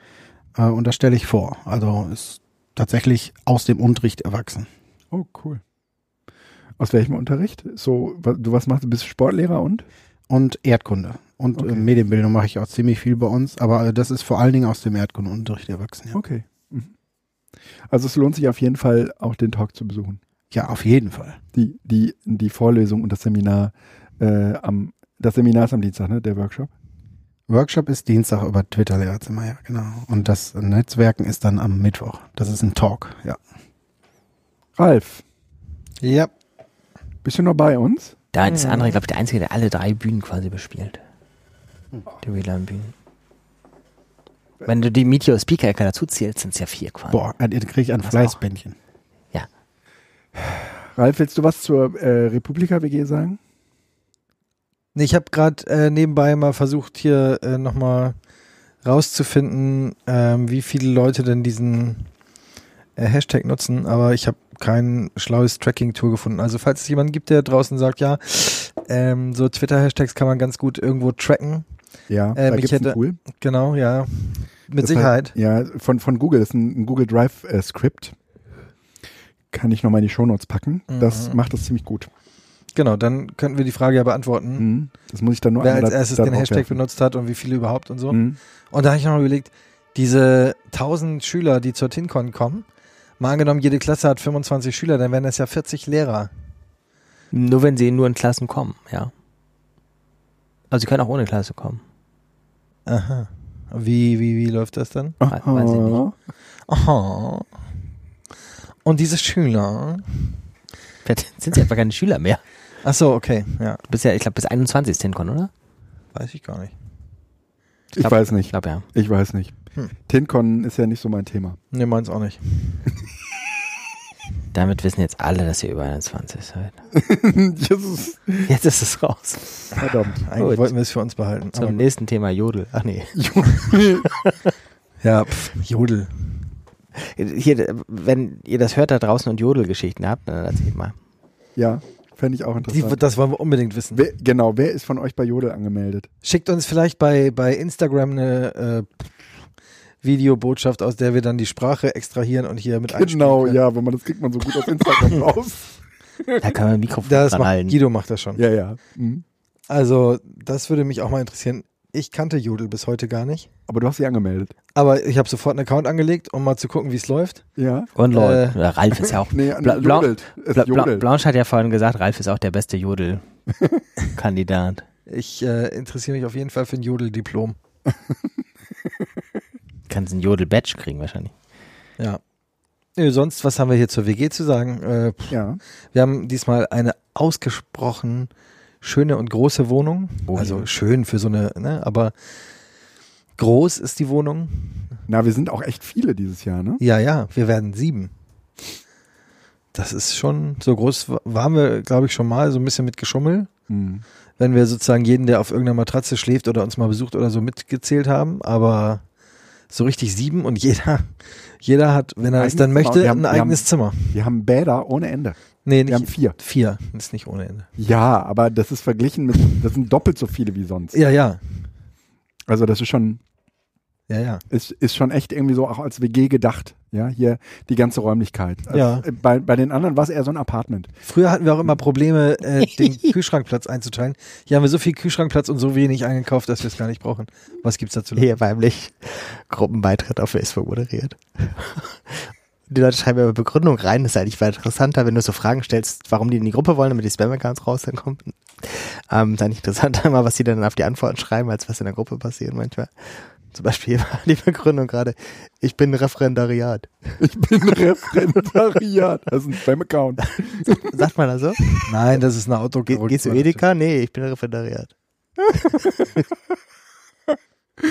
Speaker 4: Äh, und das stelle ich vor. Also ist tatsächlich aus dem Unterricht erwachsen.
Speaker 1: Oh, cool. Aus welchem Unterricht? So, wa- du was machst du? Bist du Sportlehrer und?
Speaker 4: Und Erdkunde. Und
Speaker 1: Okay.
Speaker 4: äh, Medienbildung mache ich auch ziemlich viel bei uns, aber äh, das ist vor allen Dingen aus dem Erdkundeunterricht erwachsen. Ja.
Speaker 1: Okay. Mhm. Also es lohnt sich auf jeden Fall, auch den Talk zu besuchen.
Speaker 4: ja, auf jeden Fall.
Speaker 1: Die, die, die Vorlesung und das Seminar äh, am das Seminar ist am Dienstag, ne? Der Workshop.
Speaker 4: Workshop ist Dienstag über Twitter Lehrerzimmer, ja, genau. Und das Netzwerken ist dann am Mittwoch. Das ist ein Talk, ja.
Speaker 1: Ralf,
Speaker 2: Ja.
Speaker 1: bist du noch bei uns?
Speaker 3: Da ist der andere, glaube ich, der Einzige, der alle drei Bühnen quasi bespielt. Die WLAN-Bühnen. Wenn du die Meteor Speaker Ecke dazu zählst, sind es ja vier quasi.
Speaker 4: Boah, da kriege ich ein
Speaker 3: Das
Speaker 4: Fleißbändchen.
Speaker 1: Ralf, willst du was zur äh, Republika WG sagen?
Speaker 2: Nee, ich habe gerade äh, nebenbei mal versucht, hier äh, nochmal rauszufinden, ähm, wie viele Leute denn diesen äh, Hashtag nutzen, aber ich habe kein schlaues Tracking-Tool gefunden. Also falls es jemanden gibt, der draußen sagt, ja, ähm, so Twitter-Hashtags kann man ganz gut irgendwo tracken.
Speaker 1: Ja,
Speaker 2: Ähm,
Speaker 1: da
Speaker 2: ich
Speaker 1: gibt's ein
Speaker 2: hätte-
Speaker 1: Tool.
Speaker 2: Genau, ja. Mit
Speaker 1: Das
Speaker 2: Sicherheit.
Speaker 1: Heißt, ja, von, von Google. Das ist ein, ein Google Drive-Skript. Kann ich nochmal in die Shownotes packen. Das
Speaker 2: Mhm.
Speaker 1: macht das ziemlich gut.
Speaker 2: Genau, dann könnten wir die Frage ja beantworten,
Speaker 1: Mhm. Das muss ich dann nur
Speaker 2: wer
Speaker 1: einmal
Speaker 2: als
Speaker 1: da-
Speaker 2: erstes
Speaker 1: da
Speaker 2: den
Speaker 1: drauf
Speaker 2: Hashtag
Speaker 1: werfen.
Speaker 2: benutzt hat und wie viele überhaupt und so.
Speaker 1: Mhm.
Speaker 2: Und da habe ich noch mal überlegt, diese 1000 Schüler, die zur TinCon kommen, mal angenommen, jede Klasse hat 25 Schüler, dann wären das ja 40 Lehrer.
Speaker 3: Nur wenn sie nur in Klassen kommen, ja. Also sie können auch ohne Klasse kommen.
Speaker 2: Aha. Wie, wie, wie läuft das dann?
Speaker 3: Weiß ich nicht.
Speaker 2: Aha. Und diese Schüler.
Speaker 3: Vielleicht [laughs] sind sie einfach keine Schüler mehr.
Speaker 2: Ach so, okay. Ja,
Speaker 3: Du bist ja, ich glaube, bis 21 Tincon, oder?
Speaker 2: weiß ich gar nicht.
Speaker 1: Ich weiß nicht.
Speaker 3: Ich glaube, ja.
Speaker 1: Ich weiß nicht.
Speaker 2: Hm.
Speaker 1: Tincon ist ja nicht so mein Thema.
Speaker 2: Ne, meins auch nicht.
Speaker 3: Damit wissen jetzt alle, dass ihr über 21 [laughs] seid.
Speaker 1: Jesus,
Speaker 3: Jetzt ist es raus.
Speaker 1: verdammt.
Speaker 2: Eigentlich
Speaker 3: Gut.
Speaker 2: wollten wir es für uns behalten.
Speaker 3: Zum
Speaker 2: Aber,
Speaker 3: nächsten Thema Jodel. Ach nee.
Speaker 2: [laughs] ja, pff, Jodel.
Speaker 3: Hier, wenn ihr das hört da draußen und Jodelgeschichten habt, dann erzählt mal.
Speaker 1: ja, fände ich auch
Speaker 2: Die,
Speaker 1: interessant.
Speaker 2: das wollen wir unbedingt wissen.
Speaker 1: wer, genau, wer ist von euch bei Jodel angemeldet?
Speaker 2: Schickt uns vielleicht bei, bei Instagram eine äh, Videobotschaft, aus der wir dann die Sprache extrahieren und hier mit
Speaker 1: Genau,
Speaker 2: können.
Speaker 1: ja, wenn man das kriegt, man so gut auf
Speaker 2: [laughs]
Speaker 1: Instagram raus.
Speaker 3: Da kann man ein Mikrofon
Speaker 2: Das
Speaker 3: dran
Speaker 2: macht,
Speaker 3: halten.
Speaker 2: Guido macht das schon.
Speaker 1: Ja, ja. Mhm.
Speaker 2: Also, das würde mich auch mal interessieren. Ich kannte Jodel bis heute gar nicht.
Speaker 1: Aber du hast sie angemeldet.
Speaker 2: Aber ich habe sofort einen Account angelegt, um mal zu gucken, wie es läuft.
Speaker 1: Ja.
Speaker 3: Und Leute,
Speaker 2: Äh,
Speaker 3: oder Ralf ist ja [laughs] auch.
Speaker 1: Nee,
Speaker 3: Bla- Blau-
Speaker 1: jodelt. Es
Speaker 3: Bla Bla
Speaker 1: jodelt.
Speaker 3: Blanche hat ja vorhin gesagt, Ralf ist auch der beste Jodel-Kandidat. [laughs]
Speaker 2: Ich äh, interessiere mich auf jeden Fall für ein Jodel-Diplom.
Speaker 3: Kannst ein Jodel-Badge kriegen wahrscheinlich.
Speaker 2: Ja. Nö, sonst, was haben wir hier zur WG zu sagen? Äh, pff,
Speaker 1: Ja.
Speaker 2: wir haben diesmal eine ausgesprochen schöne und große Wohnung.
Speaker 3: Oh,
Speaker 2: also
Speaker 3: ja.
Speaker 2: schön für so eine, ne? aber groß ist die Wohnung.
Speaker 1: Na, wir sind auch echt viele dieses Jahr, ne?
Speaker 2: Ja, ja, wir werden sieben. Das ist schon so groß, wa- waren wir, glaube ich, schon mal so ein bisschen mit Geschummel.
Speaker 1: Mhm.
Speaker 2: wenn wir sozusagen jeden, der auf irgendeiner Matratze schläft oder uns mal besucht oder so mitgezählt haben, aber so richtig sieben und jeder, [laughs] jeder hat, wenn er es
Speaker 1: Eigenes
Speaker 2: dann
Speaker 1: Zimmer.
Speaker 2: möchte,
Speaker 1: Wir haben-
Speaker 2: ein
Speaker 1: wir
Speaker 2: eigenes Zimmer.
Speaker 1: Wir haben Bäder ohne Ende.
Speaker 2: Nee,
Speaker 1: Wir haben
Speaker 2: nicht
Speaker 1: vier.
Speaker 2: vier, das ist nicht ohne Ende.
Speaker 1: Ja, aber das ist verglichen mit, das sind doppelt so viele wie sonst.
Speaker 2: Ja, ja,
Speaker 1: Also das ist schon,
Speaker 2: ja, ja.
Speaker 1: ist, ist schon echt irgendwie so auch als WG gedacht. Ja, hier die ganze Räumlichkeit. Also
Speaker 2: Ja.
Speaker 1: äh, bei, bei den anderen war es eher so ein Apartment.
Speaker 2: Früher hatten wir auch immer Probleme,
Speaker 1: [laughs]
Speaker 2: äh, den Kühlschrankplatz einzuteilen. Hier haben wir so viel Kühlschrankplatz und so wenig eingekauft, dass wir es gar nicht brauchen. Was gibt's dazu?
Speaker 3: Hier heimlich Gruppenbeitritt auf Facebook moderiert. Die Leute schreiben aber Begründung rein, das ist eigentlich viel interessanter, wenn du so Fragen stellst, warum die in die Gruppe wollen, damit die Spam-Accounts raus dann kommen. Ähm, ist eigentlich interessanter mal, was die dann auf die Antworten schreiben, als was in der Gruppe passiert manchmal. Zum Beispiel [laughs] war die Begründung gerade, ich bin Referendariat.
Speaker 1: Ich bin Referendariat. Das ist ein Spam-Account.
Speaker 3: Sagt man das so?
Speaker 2: Nein, das ist eine Auto.
Speaker 3: Ge gehst du
Speaker 1: eh
Speaker 3: Edeka? Nee, ich bin Referendariat.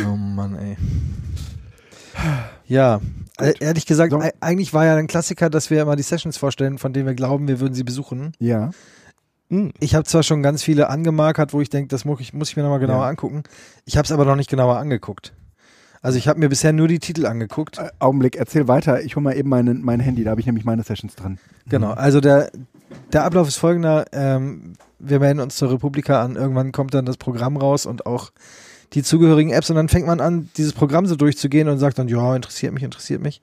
Speaker 2: Oh Mann, ey. Ja, äh, ehrlich gesagt,
Speaker 1: So.
Speaker 2: e- eigentlich war ja ein Klassiker, dass wir immer die Sessions vorstellen, von denen wir glauben, wir würden sie besuchen.
Speaker 1: Ja. Mhm.
Speaker 3: Hm.
Speaker 2: Ich habe zwar schon ganz viele angemarkert, wo ich denke, das muss ich, muss ich mir nochmal genauer
Speaker 1: Ja.
Speaker 2: angucken. Ich habe es aber noch nicht genauer angeguckt. Also ich habe mir bisher nur die Titel angeguckt.
Speaker 1: Äh, Augenblick, erzähl weiter. Ich hole mal eben meinen, mein Handy, da habe ich nämlich meine Sessions dran.
Speaker 2: Genau, also der, der Ablauf ist folgender. Ähm, wir melden uns zur Republika an, irgendwann kommt dann das Programm raus und auch die zugehörigen Apps und dann fängt man an, dieses Programm so durchzugehen und sagt dann, ja, interessiert mich, interessiert mich.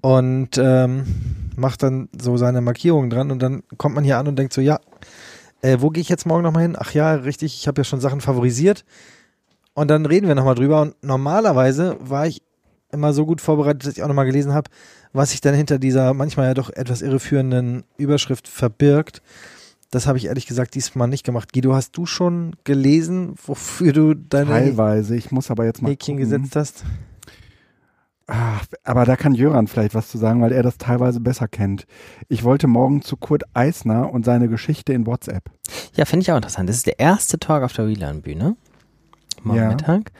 Speaker 2: Und ähm, macht dann so seine Markierungen dran und dann kommt man hier an und denkt so, ja, äh, wo gehe ich jetzt morgen nochmal hin? Ach ja, richtig, ich habe ja schon Sachen favorisiert. Und dann reden wir nochmal drüber und normalerweise war ich immer so gut vorbereitet, dass ich auch nochmal gelesen habe, was sich dann hinter dieser manchmal ja doch etwas irreführenden Überschrift verbirgt. Das habe ich ehrlich gesagt diesmal nicht gemacht. Guido, hast du schon gelesen, wofür du deine
Speaker 1: Teilweise, ich muss aber jetzt mal.
Speaker 2: Häkchen
Speaker 1: gucken.
Speaker 2: gesetzt hast?
Speaker 1: Ach, Ah, aber da kann Jöran vielleicht was zu sagen, weil er das teilweise besser kennt. Ich wollte morgen zu Kurt Eisner und seine Geschichte in WhatsApp.
Speaker 3: Ja, finde ich auch interessant. Das ist der erste Talk auf der WLAN-Bühne. Morgen
Speaker 1: Ja.
Speaker 3: Mittag.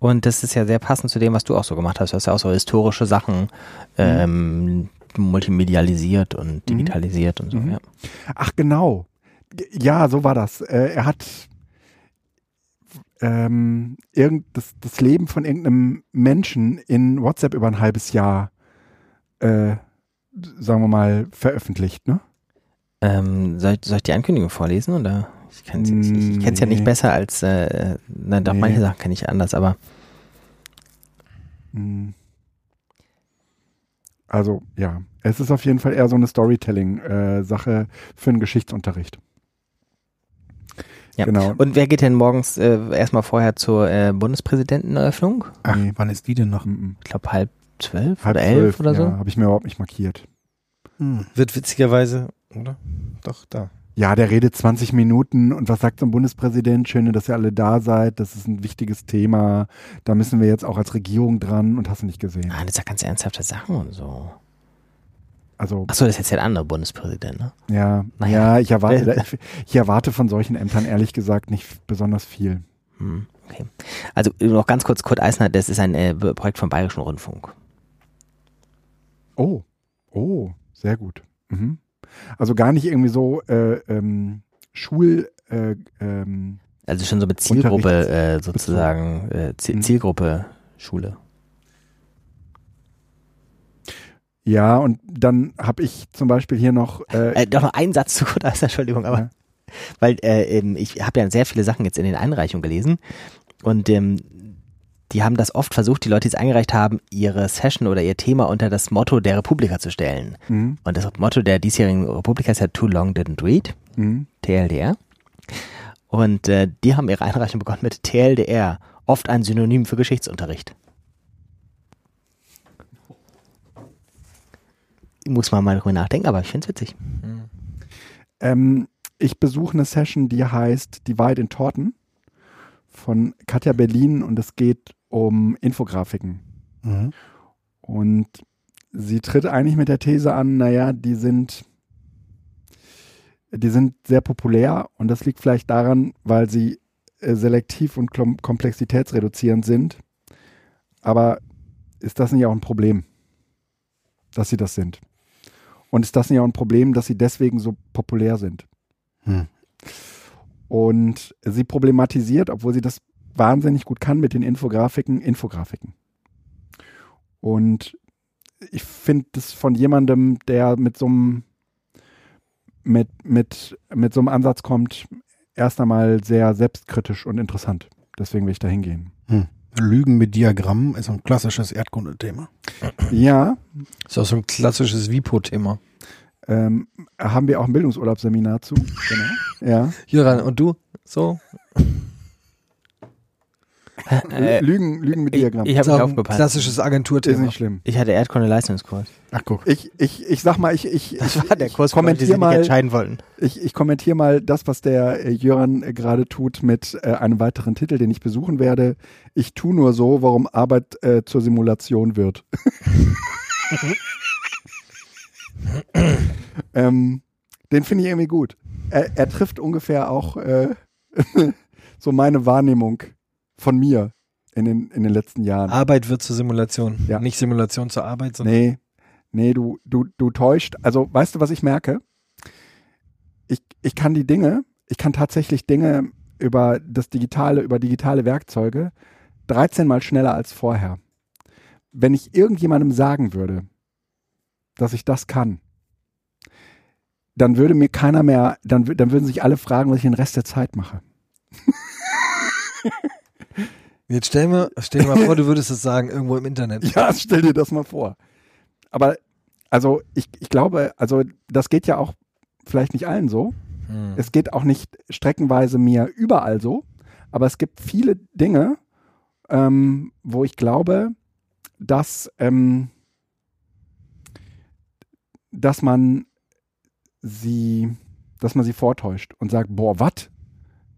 Speaker 3: Und das ist ja sehr passend zu dem, was du auch so gemacht hast. Du hast ja auch so historische
Speaker 1: Mhm.
Speaker 3: Sachen ähm, multimedialisiert und digitalisiert und so.
Speaker 1: Mhm.
Speaker 3: Ja.
Speaker 1: Ach, genau. G- Ja, so war das. Äh, er hat ähm, irgend, das, das Leben von irgendeinem Menschen in WhatsApp über ein halbes Jahr, äh, sagen wir mal, veröffentlicht, ne?
Speaker 3: Ähm, soll, ich- soll ich die Ankündigung vorlesen? Oder? Ich kenne es jetzt nicht. Ich kenn's ja nicht
Speaker 1: Nee.
Speaker 3: besser als. Äh, nein, doch
Speaker 1: Nee.
Speaker 3: manche Sachen kenne ich anders, aber.
Speaker 1: Mm. Also, ja. Es ist auf jeden Fall eher so eine Storytelling-Sache für einen Geschichtsunterricht.
Speaker 3: Ja.
Speaker 1: Genau.
Speaker 3: Und wer geht denn morgens äh, erstmal vorher zur äh, Bundespräsidenteneröffnung?
Speaker 4: Ach,
Speaker 1: Nee.
Speaker 4: wann ist die denn noch?
Speaker 1: Mm-mm.
Speaker 3: Ich glaube halb zwölf
Speaker 1: Mm, Halb
Speaker 3: oder elf
Speaker 1: zwölf,
Speaker 3: oder so.
Speaker 1: Ja, habe ich mir überhaupt nicht markiert.
Speaker 4: Hm.
Speaker 2: Wird witzigerweise, oder? Doch, da.
Speaker 1: Ja, der redet 20 Minuten und was sagt so ein Bundespräsident? Schön, dass ihr alle da seid. Das ist ein wichtiges Thema. Da müssen wir jetzt auch als Regierung dran und hast du nicht gesehen.
Speaker 3: Nein, das ist ja ganz ernsthafte Sachen und so.
Speaker 1: Also,
Speaker 3: Achso, das ist jetzt der andere Bundespräsident, ne?
Speaker 1: ja,
Speaker 3: Naja.
Speaker 1: ja, ich erwarte,
Speaker 3: [laughs]
Speaker 1: da- ich, ich erwarte von solchen Ämtern ehrlich gesagt nicht besonders viel.
Speaker 3: Hm, okay. Also äh, noch ganz kurz, Kurt Eisner, das ist ein äh, Projekt vom Bayerischen Rundfunk.
Speaker 1: Oh, oh, sehr gut. Mhm. Also gar nicht irgendwie so äh, ähm, Schul, äh, ähm,
Speaker 3: Also schon so mit Zielgruppe äh,
Speaker 1: Unterrichts-
Speaker 3: sozusagen, äh, Ziel,
Speaker 1: Hm.
Speaker 3: Zielgruppe Schule.
Speaker 1: ja, und dann habe ich zum Beispiel hier noch, äh,
Speaker 3: Äh, doch noch einen Satz zu Kurt Eisner, Entschuldigung, aber weil äh, ähm, ich habe ja sehr viele Sachen jetzt in den Einreichungen gelesen und ähm, die haben das oft versucht, die Leute, die es eingereicht haben, ihre Session oder ihr Thema unter das Motto der Republika zu stellen.
Speaker 1: mh,
Speaker 3: Und das Motto der diesjährigen Republika ist ja Too Long Didn't Read,
Speaker 1: mh,
Speaker 3: TLDR. Und äh, die haben ihre Einreichung begonnen mit TLDR, oft ein Synonym für Geschichtsunterricht. Muss man mal drüber nachdenken, aber ich finde es witzig.
Speaker 1: ähm, ich besuche eine Session, die heißt Die Wahrheit in Torten von Katja Berlin und es geht um Infografiken.
Speaker 4: Mhm.
Speaker 1: Und sie tritt eigentlich mit der These an, naja, die sind, die sind sehr populär und das liegt vielleicht daran, weil sie äh, selektiv und klom- komplexitätsreduzierend sind. Aber ist das nicht auch ein Problem, dass sie das sind? Und ist das nicht auch ein Problem, dass sie deswegen so populär sind?
Speaker 4: Hm.
Speaker 1: Und sie problematisiert, obwohl sie das wahnsinnig gut kann mit den Infografiken, Infografiken. Und ich finde das von jemandem, der mit so einem mit, mit, mit so einem Ansatz kommt, erst einmal sehr selbstkritisch und interessant. Deswegen will ich da hingehen.
Speaker 4: Lügen mit Diagrammen ist ein klassisches Erdkundethema.
Speaker 1: Ja,
Speaker 2: Ist auch so ein klassisches Vipo-Thema.
Speaker 1: ähm, haben wir auch ein Bildungsurlaubsseminar zu. Genau. Ja.
Speaker 2: Hier ran. Und du? So?
Speaker 3: Äh,
Speaker 1: Lügen, Lügen mit
Speaker 3: ich
Speaker 1: Diagramm.
Speaker 3: ich
Speaker 2: Ist
Speaker 3: habe
Speaker 2: auch
Speaker 3: nicht
Speaker 2: ein
Speaker 3: aufgepasst.
Speaker 2: klassisches
Speaker 1: Ist
Speaker 2: Agenturthema.
Speaker 1: nicht schlimm.
Speaker 3: Ich hatte Erdkunde-Leistungskurs.
Speaker 4: Ach guck.
Speaker 1: Ich, ich, ich sag mal, ich, ich,
Speaker 3: Das
Speaker 1: ich,
Speaker 3: war der
Speaker 1: ich
Speaker 3: Kurs, wo Leute,
Speaker 1: kommentiere
Speaker 3: die sich nicht
Speaker 1: mal,
Speaker 3: entscheiden wollten.
Speaker 1: Ich, ich kommentiere mal das, was der äh, Jöran äh, gerade tut mit äh, einem weiteren Titel, den ich besuchen werde. Ich tu nur so, warum Arbeit äh, zur Simulation wird. [laughs] ähm, den finde ich irgendwie gut. Er, er trifft ungefähr auch äh, [laughs] so meine Wahrnehmung von mir in den, in den letzten Jahren.
Speaker 2: Arbeit wird zur Simulation.
Speaker 1: Ja.
Speaker 2: Nicht Simulation zur Arbeit, sondern
Speaker 1: Nee, nee, du, du, du täuscht. Also, weißt du, was ich merke? Ich, ich kann die Dinge, ich kann tatsächlich Dinge über das Digitale, über digitale Werkzeuge 13 Mal schneller als vorher. Wenn ich irgendjemandem sagen würde, dass ich das kann, dann würde mir keiner mehr, dann, wü- dann würden sich alle fragen, was ich den Rest der Zeit mache.
Speaker 2: Jetzt stell mir,
Speaker 1: [laughs]
Speaker 2: stell mir mal vor, du würdest es sagen, irgendwo im Internet.
Speaker 1: [laughs] Ja, stell dir das mal vor. Aber, also, ich, ich glaube, also, das geht ja auch vielleicht nicht allen so.
Speaker 2: Hm.
Speaker 1: Es geht auch nicht streckenweise mir überall so, aber es gibt viele Dinge, ähm, wo ich glaube, dass, ähm, dass man sie, dass man sie vortäuscht und sagt, boah, was?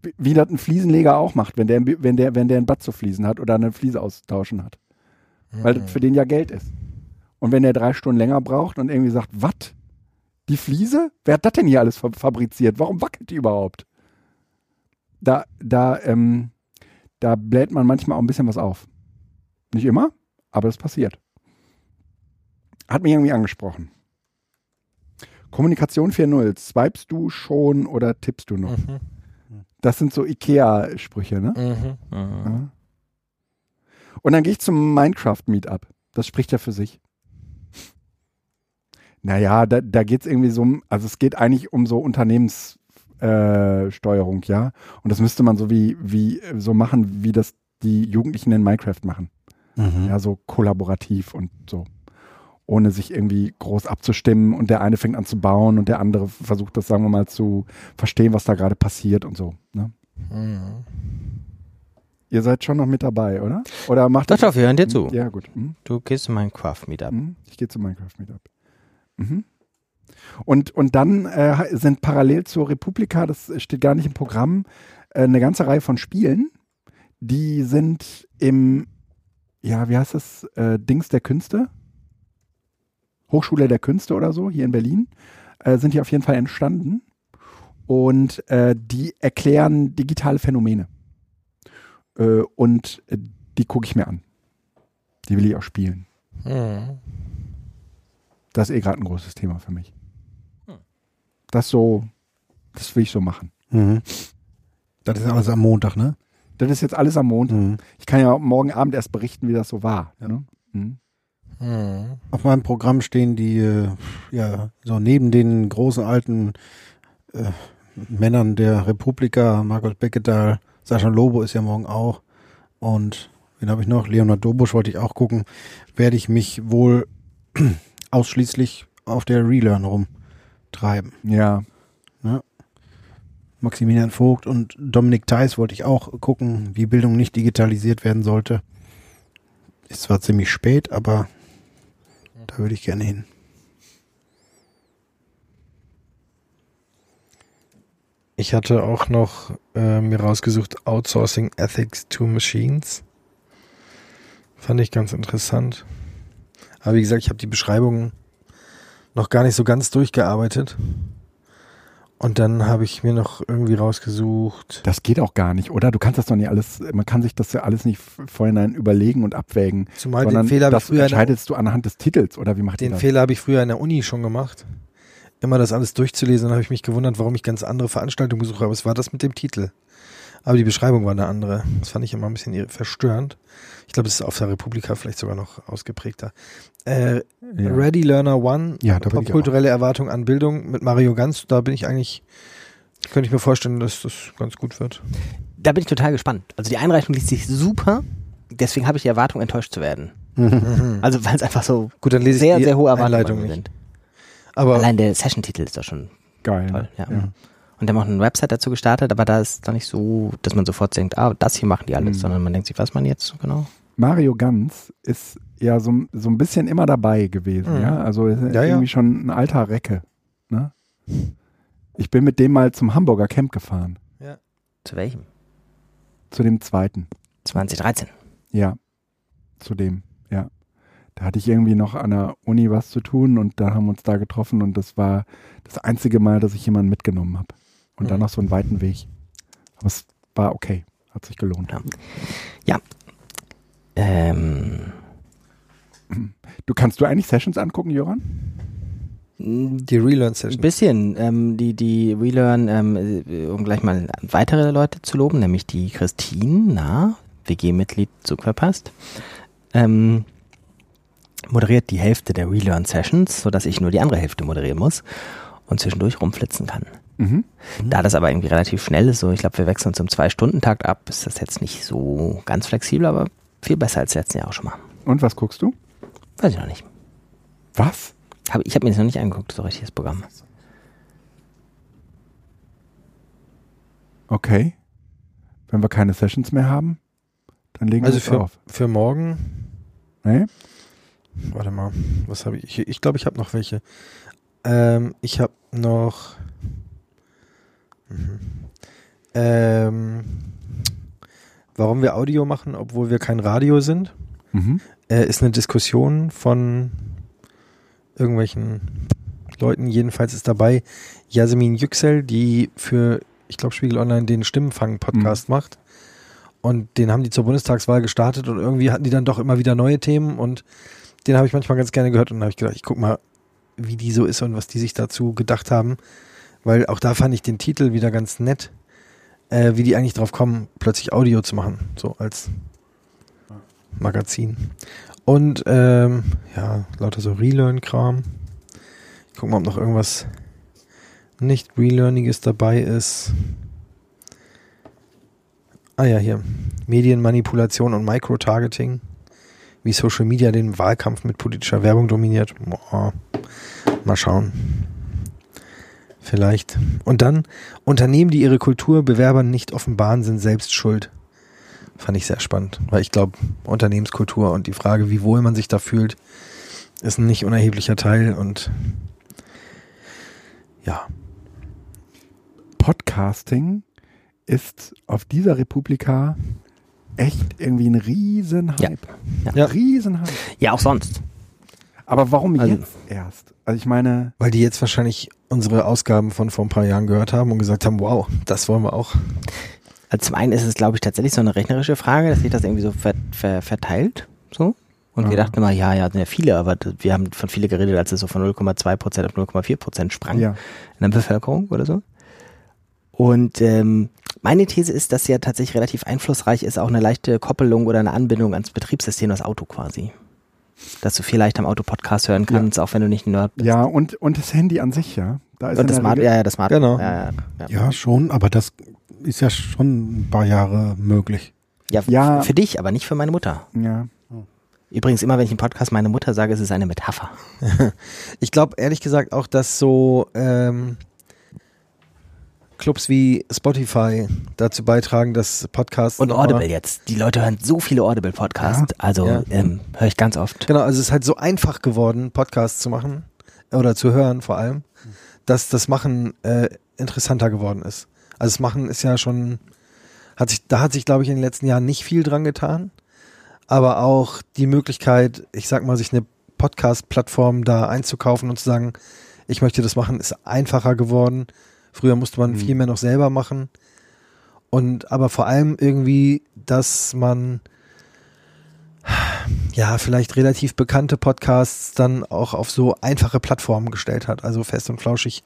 Speaker 1: Wie, wie das ein Fliesenleger auch macht, wenn der, ein Bi- wenn der, wenn der ein Bad zu fließen hat oder eine Fliese austauschen hat. Weil
Speaker 2: Mhm.
Speaker 1: das für den ja Geld ist. Und wenn der drei Stunden länger braucht und irgendwie sagt, was? Die Fliese? Wer hat das denn hier alles fa- fabriziert? Warum wackelt die überhaupt? Da, da, ähm, da bläht man manchmal auch ein bisschen was auf. Nicht immer, aber das passiert. Hat mich irgendwie angesprochen. Kommunikation 4.0. Swipest du schon oder tippst du noch?
Speaker 2: Mhm.
Speaker 1: Das sind so Ikea-Sprüche, ne?
Speaker 2: Mhm.
Speaker 1: Ja. Und dann gehe ich zum Minecraft-Meetup. Das spricht ja für sich. Naja, da, da geht es irgendwie so um, also es geht eigentlich um so Unternehmenssteuerung, äh, Steuerung, ja. Und das müsste man so wie, wie, äh, so machen, wie das die Jugendlichen in Minecraft machen.
Speaker 4: Mhm.
Speaker 1: Ja, so kollaborativ und so. Ohne sich irgendwie groß abzustimmen und der eine fängt an zu bauen und der andere versucht das, sagen wir mal, zu verstehen, was da gerade passiert und so. Ne?
Speaker 2: Mhm.
Speaker 1: Ihr seid schon noch mit dabei, oder? Oder macht
Speaker 3: Doch, doch, wir hören dir zu.
Speaker 1: Ja, gut. Mhm.
Speaker 3: Du gehst in Minecraft-Meetup.
Speaker 1: Mhm. Ich gehe zu Minecraft Meetup. Mhm. Und, und dann äh, sind parallel zur Republika, das steht gar nicht im Programm, äh, eine ganze Reihe von Spielen, die sind im, ja, wie heißt das, äh, Dings der Künste? Hochschule der Künste oder so, hier in Berlin, äh, sind hier auf jeden Fall entstanden. Und äh, die erklären digitale Phänomene. Äh, und äh, die gucke ich mir an. Die will ich auch spielen.
Speaker 2: Hm.
Speaker 1: Das ist eh gerade ein großes Thema für mich.
Speaker 2: Hm.
Speaker 1: Das so, das will ich so machen.
Speaker 4: Mhm. Das ist alles am Montag, ne?
Speaker 1: Das ist jetzt alles am Montag.
Speaker 4: Mhm.
Speaker 1: Ich kann ja morgen Abend erst berichten, wie das so war. Ne? Mhm.
Speaker 2: Hm.
Speaker 4: Auf meinem Programm stehen die, äh, ja, so neben den großen alten äh, Männern der Republika, Markus Beckedahl, Sascha Lobo ist ja morgen auch. Und wen habe ich noch? Leonard Dobusch wollte ich auch gucken. Werde ich mich wohl [clears throat] ausschließlich auf der Relearn rumtreiben.
Speaker 1: Ja,
Speaker 4: Maximilian Vogt und Dominik Theis wollte ich auch gucken, wie Bildung nicht digitalisiert werden sollte. Ist zwar ziemlich spät, aber da würde ich gerne hin.
Speaker 2: Ich hatte auch noch äh, mir rausgesucht Outsourcing Ethics to Machines. Fand ich ganz interessant. Aber wie gesagt, ich habe die Beschreibung noch gar nicht so ganz durchgearbeitet. Und dann habe ich mir noch irgendwie rausgesucht.
Speaker 1: Das geht auch gar nicht, oder? Du kannst das doch nicht alles, man kann sich das ja alles nicht v- vorhinein überlegen und abwägen.
Speaker 2: Zumal den
Speaker 1: sondern
Speaker 2: Fehler habe ich
Speaker 1: das
Speaker 2: früher in der
Speaker 1: entscheidest du anhand des Titels, oder wie macht ihr
Speaker 2: Den
Speaker 4: Genau.
Speaker 1: das?
Speaker 2: Fehler habe ich früher in der Uni schon gemacht. Immer das alles durchzulesen, dann habe ich mich gewundert, warum ich ganz andere Veranstaltungen besuche. Aber es war das mit dem Titel. Aber die Beschreibung war eine andere. Das fand ich immer ein bisschen ir- verstörend. Ich glaube, es ist auf der Republika vielleicht sogar noch ausgeprägter. Äh, Ready Learner One,
Speaker 4: Ja, da bin ich auch.
Speaker 2: popkulturelle Erwartung an Bildung mit Mario Ganz. Da bin ich eigentlich, könnte ich mir vorstellen, dass das ganz gut wird.
Speaker 3: Da bin ich total gespannt. Also die Einreichung liest sich super. Deswegen habe ich die Erwartung, enttäuscht zu werden. Also weil es einfach so
Speaker 2: Gut, dann lese ich
Speaker 3: sehr,
Speaker 2: die
Speaker 3: sehr hohe
Speaker 2: Einleitung
Speaker 3: Erwartungen
Speaker 2: nicht.
Speaker 3: sind.
Speaker 2: Aber
Speaker 3: Allein der Session-Titel ist doch schon
Speaker 1: Geil.
Speaker 3: toll.
Speaker 1: ne?
Speaker 3: Ja. Und dann haben wir auch eine Website dazu gestartet, aber da ist doch nicht so, dass man sofort denkt, ah, das hier machen die alles,
Speaker 1: Mhm.
Speaker 3: sondern man denkt sich, was man jetzt genau.
Speaker 1: Mario Ganz ist ja so, so ein bisschen immer dabei gewesen,
Speaker 2: Mhm.
Speaker 1: ja. Also ist
Speaker 2: Ja, ja.
Speaker 1: irgendwie schon ein alter Recke. Ne? Ich bin mit dem mal zum Hamburger Camp gefahren,
Speaker 3: Zu welchem?
Speaker 1: zu dem zweiten.
Speaker 3: 2013.
Speaker 1: Ja, zu dem, ja. Da hatte ich irgendwie noch an der Uni was zu tun und da haben wir uns da getroffen und das war das einzige Mal, dass ich jemanden mitgenommen habe. Und dann
Speaker 2: Mhm.
Speaker 1: noch so einen weiten Weg. Aber es war okay, hat sich gelohnt.
Speaker 3: Ähm,
Speaker 1: Du kannst du eigentlich Sessions angucken, Joran?
Speaker 2: die
Speaker 3: Ein
Speaker 2: Relearn-Session.
Speaker 3: bisschen. Ähm, die, die Relearn, ähm, äh, um gleich mal weitere Leute zu loben, nämlich die Christine, na, WG-Mitglied zu verpasst, ähm, moderiert die Hälfte der Relearn-Sessions, sodass ich nur die andere Hälfte moderieren muss und zwischendurch rumflitzen kann.
Speaker 1: Mhm.
Speaker 3: Da das aber irgendwie relativ schnell ist, so ich glaube, wir wechseln zum Zwei-Stunden-Takt ab, ist das jetzt nicht so ganz flexibel, aber viel besser als letzten Jahr auch schon mal.
Speaker 1: Und was guckst du?
Speaker 3: Weiß ich noch nicht.
Speaker 1: Was?
Speaker 3: Hab, ich habe mir das noch nicht angeguckt, so richtiges Programm.
Speaker 1: Okay. Wenn wir keine Sessions mehr haben, dann legen wir
Speaker 2: Also
Speaker 1: es
Speaker 2: für,
Speaker 1: auf.
Speaker 2: für morgen
Speaker 1: Nee?
Speaker 2: Warte mal, was habe ich? Ich glaube, ich, glaub, ich habe noch welche. Ähm, ich habe noch. Mhm. Ähm, warum wir Audio machen, obwohl wir kein Radio sind,
Speaker 1: Mhm.
Speaker 2: äh, ist eine Diskussion von irgendwelchen Leuten. Jedenfalls ist dabei Jasmin Yüksel, die für, ich glaube, Spiegel Online den Stimmenfang-Podcast macht. Und den haben die zur Bundestagswahl gestartet und irgendwie hatten die dann doch immer wieder neue Themen und den habe ich manchmal ganz gerne gehört und habe ich gedacht, ich guck mal, wie die so ist und was die sich dazu gedacht haben. Weil auch da fand ich den Titel wieder ganz nett, äh, wie die eigentlich drauf kommen, plötzlich Audio zu machen, so als Magazin. Und ähm, ja, lauter so Relearn-Kram. Ich guck mal, ob noch irgendwas nicht Relearniges dabei ist. Ah ja, hier. Medienmanipulation und Microtargeting. Wie Social Media den Wahlkampf mit politischer Werbung dominiert. Boah. Mal schauen. Vielleicht. Und dann Unternehmen, die ihre Kultur Bewerbern nicht offenbaren, sind selbst schuld. Fand ich sehr spannend, weil ich glaube, Unternehmenskultur und die Frage, wie wohl man sich da fühlt, ist ein nicht unerheblicher Teil und Ja.
Speaker 1: Podcasting ist auf dieser Republika echt irgendwie ein Riesenhype.
Speaker 3: Ja.
Speaker 2: Ja.
Speaker 1: Riesenhype.
Speaker 3: Ja, auch sonst.
Speaker 1: Aber warum
Speaker 3: Also-
Speaker 1: jetzt erst? Also ich meine,
Speaker 2: Weil die jetzt wahrscheinlich unsere Ausgaben von vor ein paar Jahren gehört haben und gesagt haben, wow, das wollen wir auch.
Speaker 3: Also zum einen ist es, glaube ich, tatsächlich so eine rechnerische Frage, dass sich das irgendwie so ver ver verteilt. So. Und wir dachten immer, ja, ja, sind ja viele, aber d- wir haben von viele geredet, als es so von 0,2 Prozent auf 0,4 Prozent sprang
Speaker 1: ja.
Speaker 3: in der Bevölkerung oder so. Und ähm, meine These ist, dass sie ja tatsächlich relativ einflussreich ist, auch eine leichte Koppelung oder eine Anbindung ans Betriebssystem, das Auto quasi. Dass du viel leichter am Auto Podcast hören kannst, auch wenn du nicht ein Nerd bist.
Speaker 1: Ja, und, und das Handy an sich, ja. Da ist
Speaker 3: Und das
Speaker 1: in der
Speaker 3: Smart,
Speaker 1: Regel-
Speaker 3: ja, ja, das Smart,
Speaker 2: Genau.
Speaker 3: ja, ja, ja.
Speaker 4: Ja, schon, aber das ist ja schon ein paar Jahre möglich.
Speaker 3: Ja, f-
Speaker 1: Ja.
Speaker 3: für dich, aber nicht für meine Mutter.
Speaker 1: ja.
Speaker 3: Übrigens, immer wenn ich im Podcast meine Mutter sage, ist es eine Metapher.
Speaker 2: Ich glaube ehrlich gesagt auch, dass so ähm, Clubs wie Spotify dazu beitragen, dass Podcasts.
Speaker 3: Und
Speaker 2: nochmal-
Speaker 3: Audible jetzt. Die Leute hören so viele Audible-Podcasts, also
Speaker 2: Ja.
Speaker 3: ähm, höre ich ganz oft.
Speaker 2: Genau, also es ist halt so einfach geworden, Podcasts zu machen äh, oder zu hören vor allem, dass das Machen äh, interessanter geworden ist. Also das Machen ist ja schon, hat sich, da hat sich, glaube ich, in den letzten Jahren nicht viel dran getan. Aber auch die Möglichkeit, ich sag mal, sich eine Podcast-Plattform da einzukaufen und zu sagen, ich möchte das machen, ist einfacher geworden. Früher musste man viel mehr noch selber machen. Und aber vor allem irgendwie, dass man ja, vielleicht relativ bekannte Podcasts dann auch auf so einfache Plattformen gestellt hat. Also fest und flauschig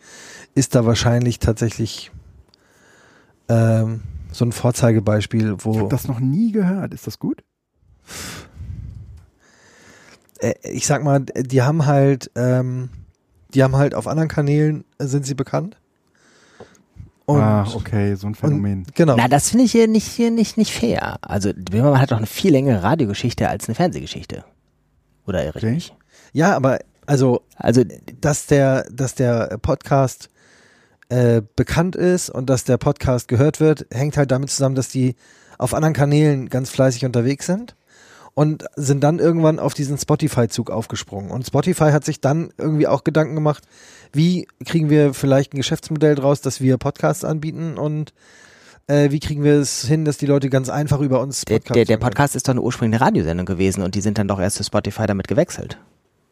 Speaker 2: ist da wahrscheinlich tatsächlich ähm, so ein Vorzeigebeispiel,
Speaker 1: Ich
Speaker 3: Oh.
Speaker 2: wo
Speaker 1: habe das noch nie gehört. Ist das gut?
Speaker 2: äh, ich sag mal, die haben halt, ähm, die haben halt auf anderen Kanälen äh, sind sie bekannt. Und,
Speaker 1: ah, okay, so ein Phänomen.
Speaker 2: und genau.
Speaker 3: Na, das finde ich hier nicht, hier nicht, nicht fair. Also, Böhmermann hat doch eine viel längere Radiogeschichte als eine Fernsehgeschichte. Oder irre ich
Speaker 1: Okay.
Speaker 3: mich?
Speaker 2: Ja, aber also
Speaker 3: Also,
Speaker 2: dass der, dass der Podcast äh, bekannt ist und dass der Podcast gehört wird, hängt halt damit zusammen, dass die auf anderen Kanälen ganz fleißig unterwegs sind und sind dann irgendwann auf diesen Spotify-Zug aufgesprungen. Und Spotify hat sich dann irgendwie auch Gedanken gemacht, wie kriegen wir vielleicht ein Geschäftsmodell draus, dass wir Podcasts anbieten und äh, wie kriegen wir es hin, dass die Leute ganz einfach über uns
Speaker 3: der,
Speaker 2: Podcasts
Speaker 3: der, der
Speaker 2: hören können?
Speaker 3: Podcast ist doch eine ursprüngliche Radiosendung gewesen und die sind dann doch erst zu Spotify damit gewechselt.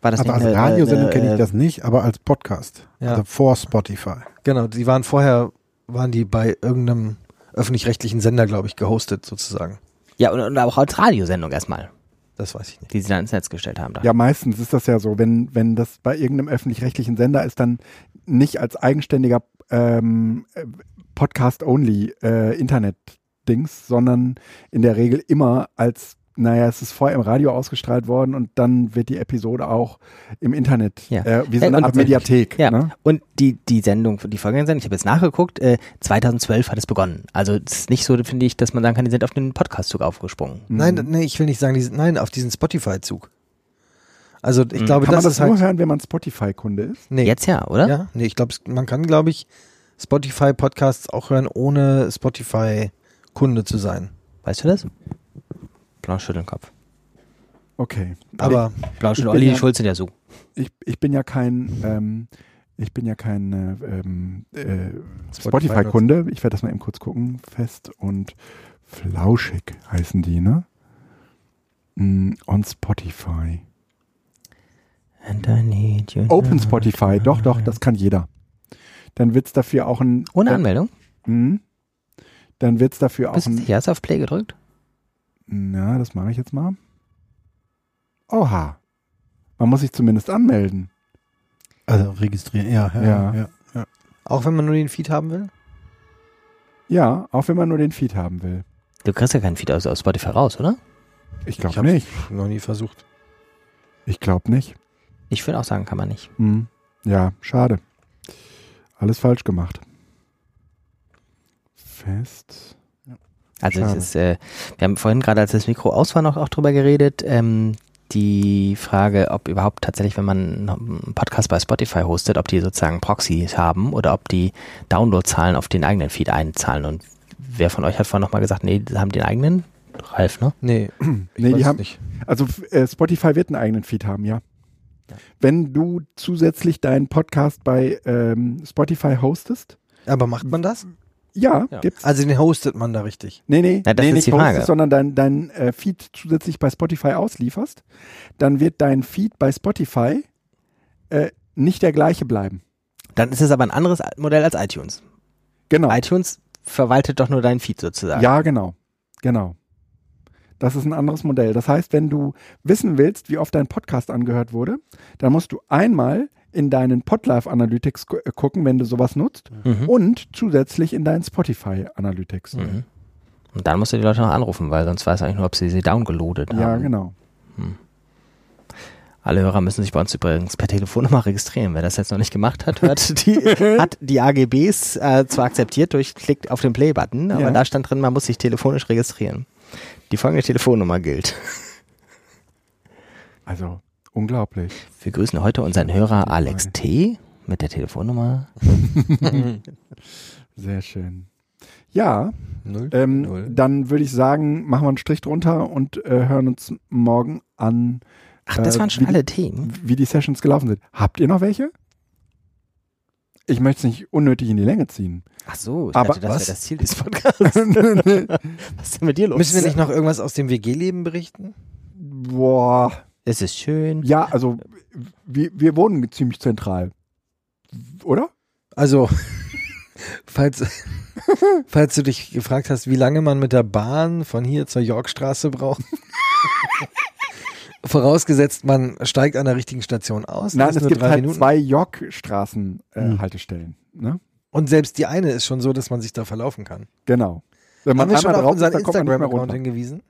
Speaker 3: War das
Speaker 4: Aber
Speaker 3: nicht
Speaker 4: Also als
Speaker 3: eine,
Speaker 4: Radiosendung
Speaker 3: eine,
Speaker 4: kenne ich
Speaker 3: äh,
Speaker 4: das nicht, aber als Podcast.
Speaker 2: Ja.
Speaker 4: Also vor Spotify.
Speaker 2: Genau, die waren vorher, waren die bei irgendeinem öffentlich-rechtlichen Sender, glaube ich, gehostet sozusagen.
Speaker 3: Ja, und, und auch als Radiosendung erstmal,
Speaker 2: Das weiß ich nicht.
Speaker 3: die sie dann ins Netz gestellt haben. Da.
Speaker 1: Ja, meistens ist das ja so, wenn, wenn das bei irgendeinem öffentlich-rechtlichen Sender ist, dann nicht als eigenständiger ähm, äh, Podcast-only äh, Internet-Dings, sondern in der Regel immer als, naja, es ist vorher im Radio ausgestrahlt worden und dann wird die Episode auch im Internet,
Speaker 3: Ja.
Speaker 1: äh, wie so
Speaker 3: Äh,
Speaker 1: eine
Speaker 3: und-
Speaker 1: Art Mediathek.
Speaker 3: Ja,
Speaker 1: Ne?
Speaker 3: und die, die Sendung, die folgende Sendung, ich habe jetzt nachgeguckt, äh, 2012 hat es begonnen. Also es ist nicht so, finde ich, dass man sagen kann, die sind auf den Podcast-Zug aufgesprungen.
Speaker 1: Mhm.
Speaker 2: Nein, nee, ich will nicht sagen, die sind, nein, auf diesen Spotify-Zug. Also ich glaube,
Speaker 1: Mhm. Kann man
Speaker 2: das,
Speaker 1: das
Speaker 2: ist
Speaker 1: nur
Speaker 2: halt.
Speaker 1: hören, wenn man Spotify-Kunde ist?
Speaker 2: Nee,
Speaker 3: Jetzt ja, oder?
Speaker 2: Ja, nee, ich glaube, es- man kann, glaube ich, Spotify-Podcasts auch hören, ohne Spotify-Kunde zu sein.
Speaker 3: Weißt du das? Blanche schüttelt den Kopf.
Speaker 1: Okay.
Speaker 2: Aber
Speaker 3: Blanche
Speaker 1: Ich
Speaker 3: und
Speaker 1: bin
Speaker 3: Olli
Speaker 1: ja-
Speaker 3: Schulz sind ja so.
Speaker 1: ich, ich bin ja kein, ähm, ich bin ja kein äh, ähm, äh, Spotify-Kunde. ich werde das mal eben kurz gucken. Fest und flauschig heißen die, ne? Mm, on Spotify.
Speaker 3: And I need you.
Speaker 1: Open Spotify, doch, doch, das kann jeder. Dann wird's dafür auch ein.
Speaker 3: Ohne
Speaker 1: dann,
Speaker 3: Anmeldung?
Speaker 1: Mhm. dann wird's dafür auch
Speaker 3: Bist du
Speaker 1: ein.
Speaker 3: sicher? Hast du auf Play gedrückt?
Speaker 1: Na, das mache ich jetzt mal. Oha. Man muss sich zumindest anmelden.
Speaker 4: Also registrieren, ja.
Speaker 1: Ja.
Speaker 4: ja. ja.
Speaker 2: auch wenn man nur den Feed haben will?
Speaker 1: Ja, auch wenn man nur den Feed haben will.
Speaker 3: Du kriegst ja keinen Feed aus, aus Spotify raus, oder?
Speaker 1: Ich
Speaker 2: Ich
Speaker 1: glaube
Speaker 2: hab's-
Speaker 1: nicht.
Speaker 2: Pff, noch nie versucht.
Speaker 1: Ich glaube nicht.
Speaker 3: Ich würde auch sagen, kann man nicht.
Speaker 1: Hm. Ja, schade. Alles falsch gemacht. Fest.
Speaker 3: Also es
Speaker 1: Schade.
Speaker 3: ist, äh, wir haben vorhin gerade, als das Mikro aus war, noch auch drüber geredet, ähm, die Frage, ob überhaupt tatsächlich, wenn man einen Podcast bei Spotify hostet, ob die sozusagen Proxys haben oder ob die Downloadzahlen auf den eigenen Feed einzahlen. Und wer von euch hat vorhin nochmal gesagt, nee, die haben den eigenen? Ralf, ne?
Speaker 2: Nee, ich
Speaker 1: Nee, die
Speaker 2: weiß
Speaker 1: haben-
Speaker 2: nicht.
Speaker 1: Also f- äh, Spotify wird einen eigenen Feed haben, ja. wenn du zusätzlich deinen Podcast bei ähm, Spotify hostest?
Speaker 2: Aber macht man das?
Speaker 1: Ja,
Speaker 3: Ja.
Speaker 1: gibt's.
Speaker 2: Also den hostet man da richtig.
Speaker 1: Nee, nee,
Speaker 3: Na, das
Speaker 1: nee
Speaker 3: ist
Speaker 1: nicht
Speaker 3: die Frage.
Speaker 1: hostest, sondern dein, dein äh, Feed zusätzlich bei Spotify auslieferst, dann wird dein Feed bei Spotify äh, nicht der gleiche bleiben.
Speaker 3: Dann ist es aber ein anderes Modell als iTunes.
Speaker 1: Genau.
Speaker 3: iTunes verwaltet doch nur deinen Feed sozusagen.
Speaker 1: Ja, genau. Genau. Das ist ein anderes Modell. Das heißt, wenn du wissen willst, wie oft dein Podcast angehört wurde, dann musst du einmal in deinen Podlife Analytics gu äh, gucken, wenn du sowas nutzt,
Speaker 3: Mhm.
Speaker 1: und zusätzlich in deinen Spotify Analytics.
Speaker 3: Mhm. Und dann musst du die Leute noch anrufen, weil sonst weiß eigentlich nur, ob sie sie downgeloadet haben.
Speaker 1: Ja, genau.
Speaker 3: Alle Hörer müssen sich bei uns übrigens per Telefonnummer registrieren. Wer das jetzt noch nicht gemacht
Speaker 1: [laughs]
Speaker 3: hat, hört die, hat die AGBs äh, zwar akzeptiert durch Klick auf den Play-Button, aber
Speaker 1: Ja.
Speaker 3: da stand drin, man muss sich telefonisch registrieren. Die folgende Telefonnummer gilt.
Speaker 1: Also unglaublich.
Speaker 3: Wir grüßen heute unseren Hörer Alex T. mit der Telefonnummer.
Speaker 1: Sehr schön. Ja,
Speaker 2: Null. Null.
Speaker 1: ähm, dann würde ich sagen, machen wir einen Strich drunter und äh, hören uns morgen
Speaker 3: Mhm.
Speaker 1: an,
Speaker 3: Ach, das
Speaker 1: Äh,
Speaker 3: waren schon
Speaker 1: wie-
Speaker 3: alle hm? Themen.
Speaker 1: wie die Sessions gelaufen sind. Habt ihr noch welche? Ich möchte es nicht unnötig in die Länge ziehen.
Speaker 3: Ach so, ich
Speaker 1: Aber
Speaker 3: dachte, das
Speaker 1: was?
Speaker 3: wäre das Ziel des
Speaker 2: [laughs]
Speaker 3: Podcasts. Was ist denn mit dir los?
Speaker 2: Müssen
Speaker 1: Äh,
Speaker 2: wir nicht noch irgendwas aus dem WG-Leben berichten?
Speaker 1: Boah.
Speaker 3: Es ist schön.
Speaker 1: Ja, also wir, wir wohnen ziemlich zentral. Oder?
Speaker 2: Also, [laughs] falls, [laughs] falls du dich gefragt hast, wie lange man mit der Bahn von hier zur Yorkstraße braucht. [laughs] Vorausgesetzt, man steigt an der richtigen Station aus. das
Speaker 1: Nein,
Speaker 2: ist
Speaker 1: es
Speaker 2: nur
Speaker 1: gibt
Speaker 2: drei
Speaker 1: halt
Speaker 2: Minuten.
Speaker 1: zwei York-Straßen-Haltestellen. Äh,
Speaker 4: Hm.
Speaker 1: Haltestellen, ne?
Speaker 2: Und selbst die eine ist schon so, dass man sich da verlaufen kann.
Speaker 1: Genau. Wenn
Speaker 2: Haben wir schon auf
Speaker 1: ist,
Speaker 2: unseren
Speaker 1: dann kommt man nicht mehr
Speaker 2: Instagram-Account
Speaker 1: runter.
Speaker 2: hingewiesen?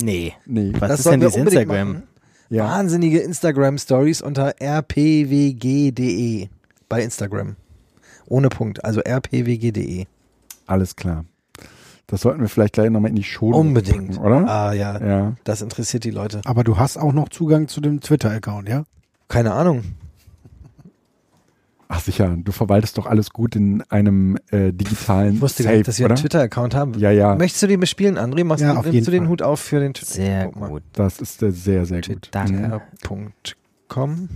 Speaker 3: Nee.
Speaker 1: Nee,
Speaker 3: Was
Speaker 2: das
Speaker 3: ist denn
Speaker 2: sollten wir
Speaker 3: dieses
Speaker 2: unbedingt
Speaker 3: Instagram?
Speaker 2: machen.
Speaker 1: ja.
Speaker 2: Wahnsinnige Instagram-Stories unter rpwg.de E bei Instagram. Ohne Punkt, also rpwg.de.
Speaker 1: Alles klar. Das sollten wir vielleicht gleich nochmal in die Schule
Speaker 2: Unbedingt.
Speaker 1: packen, oder?
Speaker 2: Ah ja,
Speaker 1: Ja.
Speaker 2: das interessiert die Leute.
Speaker 4: Aber du hast auch noch Zugang zu dem Twitter-Account, ja?
Speaker 2: Keine Ahnung.
Speaker 1: Ach sicher, du verwaltest doch alles gut in einem äh, digitalen
Speaker 2: Ich wusste gar
Speaker 1: Safe,
Speaker 2: nicht, dass wir
Speaker 1: oder?
Speaker 2: einen Twitter-Account haben.
Speaker 1: Ja, ja,
Speaker 2: Möchtest du den bespielen, André? Machst
Speaker 4: Ja,
Speaker 2: du,
Speaker 4: auf
Speaker 2: nimmst
Speaker 4: jeden
Speaker 2: du den
Speaker 4: Fall.
Speaker 2: Hut auf für den Twitter?
Speaker 3: Sehr
Speaker 2: Guck mal.
Speaker 3: gut.
Speaker 1: das ist äh, sehr, sehr gut. Mhm.
Speaker 2: Twitter.com.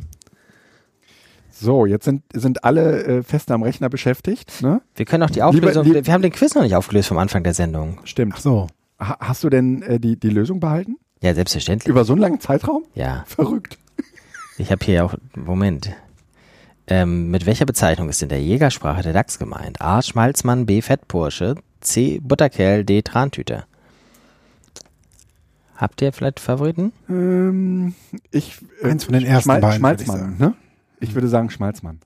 Speaker 1: So, jetzt sind, sind alle äh, fest am Rechner beschäftigt. Ne?
Speaker 3: Wir können auch die
Speaker 1: Lieber-
Speaker 3: Auflösung.
Speaker 1: lieb-
Speaker 3: wir haben den Quiz noch nicht aufgelöst vom Anfang der Sendung.
Speaker 1: Stimmt.
Speaker 4: Ach so.
Speaker 1: Ha hast du denn äh, die, die Lösung behalten?
Speaker 3: Ja, selbstverständlich.
Speaker 1: Über so einen langen Zeitraum? [laughs]
Speaker 3: Ja.
Speaker 1: Verrückt.
Speaker 3: Ich habe hier auch. Moment. Ähm, mit welcher Bezeichnung ist in der Jägersprache der Dachs gemeint? A. Schmalzmann, B. Fettbursche, C. Butterkerl, D. Trantüte. Habt ihr vielleicht Favoriten?
Speaker 1: Ähm, ich,
Speaker 4: Äh, Eins von den ersten beiden,
Speaker 1: Schmalzmann,
Speaker 4: würde ich
Speaker 1: ne? Ich würde sagen Schmalzmann.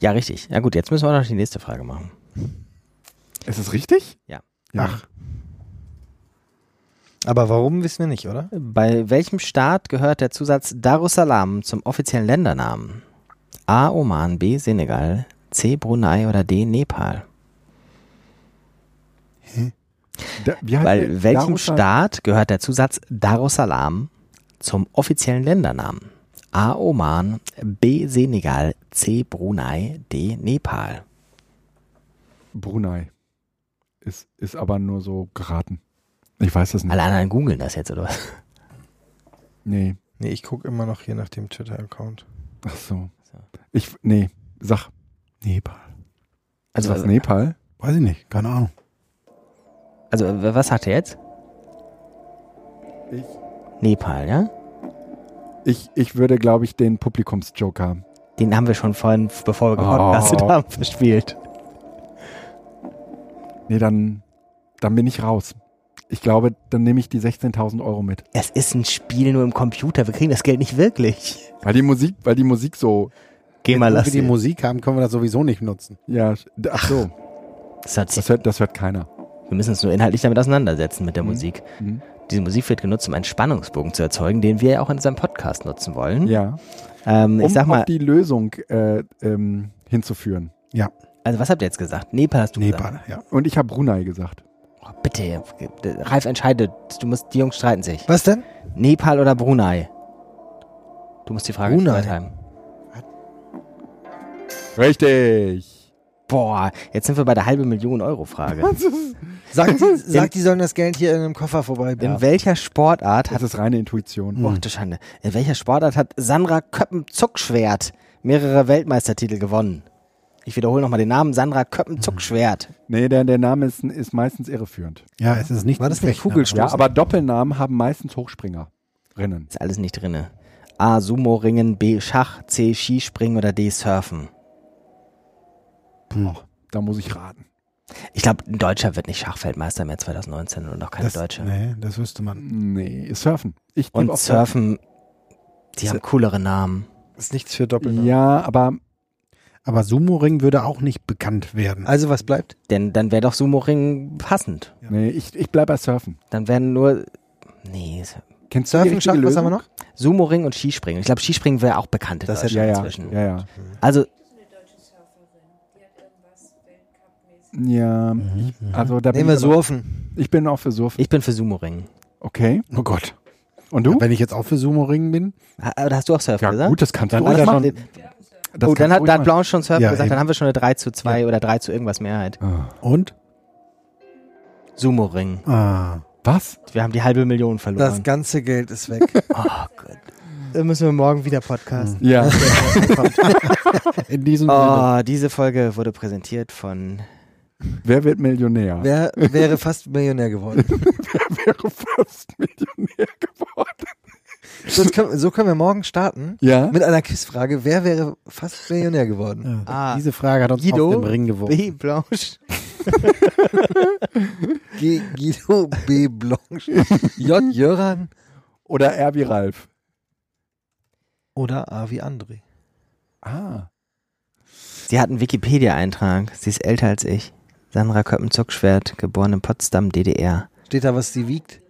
Speaker 3: Ja, richtig. Ja gut, jetzt müssen wir noch die nächste Frage machen.
Speaker 1: Ist es richtig?
Speaker 3: Ja.
Speaker 1: ja.
Speaker 4: Ach.
Speaker 2: Aber warum wissen wir nicht, oder?
Speaker 3: Bei welchem Staat gehört der Zusatz Darussalam zum offiziellen Ländernamen? A. Oman, B. Senegal, C. Brunei oder D. Nepal?
Speaker 1: Da, wie heißt der?
Speaker 3: Weil welchem
Speaker 1: Darusha-
Speaker 3: Staat gehört der Zusatz Darussalam zum offiziellen Ländernamen? A. Oman, B. Senegal, C. Brunei, D. Nepal.
Speaker 1: Brunei. Ist, ist aber nur so geraten. Ich weiß das nicht.
Speaker 3: Alle anderen googeln das jetzt, oder was?
Speaker 1: Nee.
Speaker 2: Nee, ich gucke immer noch hier nach dem Twitter-Account.
Speaker 1: Ach so.
Speaker 3: So.
Speaker 1: Ich, nee, sag. Nepal. Also was, Nepal?
Speaker 4: Weiß ich nicht, keine Ahnung.
Speaker 3: also äh, was sagt er jetzt?
Speaker 1: Ich,
Speaker 3: Nepal, ja?
Speaker 1: ich, ich würde, glaube ich, den Publikumsjoker.
Speaker 3: Den haben wir schon vorhin, bevor wir
Speaker 1: Oh.
Speaker 3: gepodcastet haben, [laughs] verspielt.
Speaker 1: Nee, dann, dann bin ich raus. Ich glaube, dann nehme ich die 16.000 Euro mit.
Speaker 3: Es ist ein Spiel nur im Computer, wir kriegen das Geld nicht wirklich.
Speaker 1: Weil die Musik, weil die Musik so,
Speaker 3: Geh mal,
Speaker 4: Wenn
Speaker 3: lass
Speaker 4: wir die
Speaker 3: den.
Speaker 4: Musik haben, können wir das sowieso nicht nutzen.
Speaker 1: ja, d- ach so,
Speaker 3: Das hat sich,
Speaker 1: das hört, das hört keiner.
Speaker 3: wir müssen uns nur inhaltlich damit auseinandersetzen mit der
Speaker 1: Mhm.
Speaker 3: Musik.
Speaker 1: Mhm.
Speaker 3: Diese Musik wird genutzt, um einen Spannungsbogen zu erzeugen, den wir ja auch in unserem Podcast nutzen
Speaker 2: Hm?
Speaker 3: wollen.
Speaker 1: Ja. Um
Speaker 3: Ähm, ich sag mal,
Speaker 1: auf die Lösung äh, ähm, hinzuführen.
Speaker 3: also was habt ihr jetzt gesagt? Nepal hast du gesagt.
Speaker 4: Nepal, ja.
Speaker 1: Und ich habe Brunei gesagt.
Speaker 3: Oh, bitte, Ralf entscheidet. Du musst, die Jungs streiten sich.
Speaker 2: Was denn?
Speaker 3: Nepal oder Brunei? Du musst die Frage
Speaker 2: Brunei.
Speaker 3: beurteilen.
Speaker 1: Richtig.
Speaker 3: Boah, jetzt sind wir bei der halbe Million Euro Frage.
Speaker 2: Sag, sag, die sollen das Geld hier in einem Koffer vorbei.
Speaker 3: In welcher Sportart
Speaker 1: Das
Speaker 3: hat.
Speaker 1: ist reine Intuition.
Speaker 2: Hm.
Speaker 3: Oh, du Schande. In welcher Sportart hat Sandra Köppen-Zuckschwert mehrere Weltmeistertitel gewonnen? Ich wiederhole nochmal den Namen: Sandra Köppen-Zuckschwert.
Speaker 1: Nee, der, der Name ist, ist meistens irreführend.
Speaker 4: Ja, es ist nicht
Speaker 2: War das
Speaker 4: ein
Speaker 2: nicht
Speaker 4: Fechten,
Speaker 2: Kugelstoßen?
Speaker 1: Ja, aber Doppelnamen haben meistens Hochspringerinnen.
Speaker 3: Ist alles nicht drinne. A. Sumo-Ringen, B. Schach, C. Skispringen oder D. Surfen.
Speaker 1: Da muss ich raten.
Speaker 3: Ich glaube, ein Deutscher wird nicht Schachfeldmeister mehr 2019 und auch keine
Speaker 4: Das,
Speaker 3: Deutsche.
Speaker 4: nee, das wüsste man.
Speaker 1: Nee, Surfen. Ich tippe
Speaker 3: Und
Speaker 1: auf
Speaker 3: Surfen, die haben coolere Namen.
Speaker 2: ist nichts für Doppelnamen.
Speaker 1: Ja, aber
Speaker 4: Aber Sumo-Ring würde auch nicht bekannt werden.
Speaker 2: Also was bleibt?
Speaker 3: Denn dann wäre doch Sumo-Ring passend.
Speaker 1: nee, ich, ich bleibe bei Surfen.
Speaker 3: Dann wären nur. Nee,
Speaker 1: Kennst du die
Speaker 2: Surfen,
Speaker 1: richtige
Speaker 2: Schach, was
Speaker 1: Lösung?
Speaker 2: haben wir noch?
Speaker 3: Sumo-Ring und Skispringen. Ich glaube, Skispringen wäre auch bekannt in
Speaker 2: Das hätte-
Speaker 3: Deutschland
Speaker 1: Ja, ja,
Speaker 3: inzwischen.
Speaker 1: ja, ja.
Speaker 3: Also,
Speaker 1: Ja, ich, also da bin
Speaker 2: Mhm, Nehmen wir
Speaker 1: ich, aber-
Speaker 2: Surfen.
Speaker 1: ich bin auch für Surfen.
Speaker 3: ich bin für Sumo-Ring.
Speaker 1: Okay.
Speaker 4: oh Gott.
Speaker 1: Und du?
Speaker 4: Wenn ich jetzt auch für Sumo-Ring bin,
Speaker 3: Ha- Oder hast du auch Surfen gesagt?
Speaker 1: das kannst
Speaker 4: Dann
Speaker 1: ruhig
Speaker 4: ist er
Speaker 1: machen.
Speaker 4: schon-
Speaker 1: Das
Speaker 3: oh, dann
Speaker 1: kannst
Speaker 3: hat,
Speaker 1: du
Speaker 3: dann hat
Speaker 1: ruhig
Speaker 3: Blanche schon Surfen
Speaker 4: Ja,
Speaker 3: gesagt. Dann
Speaker 4: eben.
Speaker 3: haben wir schon eine 3 zu 2 oder 3 zu irgendwas Mehrheit.
Speaker 1: machen.
Speaker 4: Und?
Speaker 3: Sumo-Ring.
Speaker 4: Ah.
Speaker 1: Was?
Speaker 3: Wir haben die halbe Million
Speaker 2: Das
Speaker 3: verloren.
Speaker 2: ganze Geld ist weg. Mhm.
Speaker 3: oh Gott. Dann müssen wir morgen wieder podcasten. [laughs]
Speaker 1: Ja. [laughs]
Speaker 4: In diesem Sinne.
Speaker 3: Oh, diese Folge wurde präsentiert von
Speaker 1: Wer wird Millionär?
Speaker 2: Wer wäre fast Millionär geworden?
Speaker 1: wäre fast Millionär geworden?
Speaker 2: Das können, so können wir morgen starten.
Speaker 1: Ja.
Speaker 2: Mit einer Quizfrage. Wer wäre fast Millionär geworden?
Speaker 4: Ja.
Speaker 3: Ah.
Speaker 4: Diese Frage hat uns
Speaker 3: Guido?
Speaker 4: auf den Ring geworfen.
Speaker 3: B. Blanche.
Speaker 2: G Guido B. Blanche. J. Jöran.
Speaker 1: Oder er wie Ralf.
Speaker 2: Oder A. wie André.
Speaker 1: Ah.
Speaker 3: Sie hat einen Wikipedia-Eintrag. Sie ist älter als ich. Sandra Köppen-Zuckschwert, geboren in Potsdam, DDR.
Speaker 2: Steht da, was sie wiegt?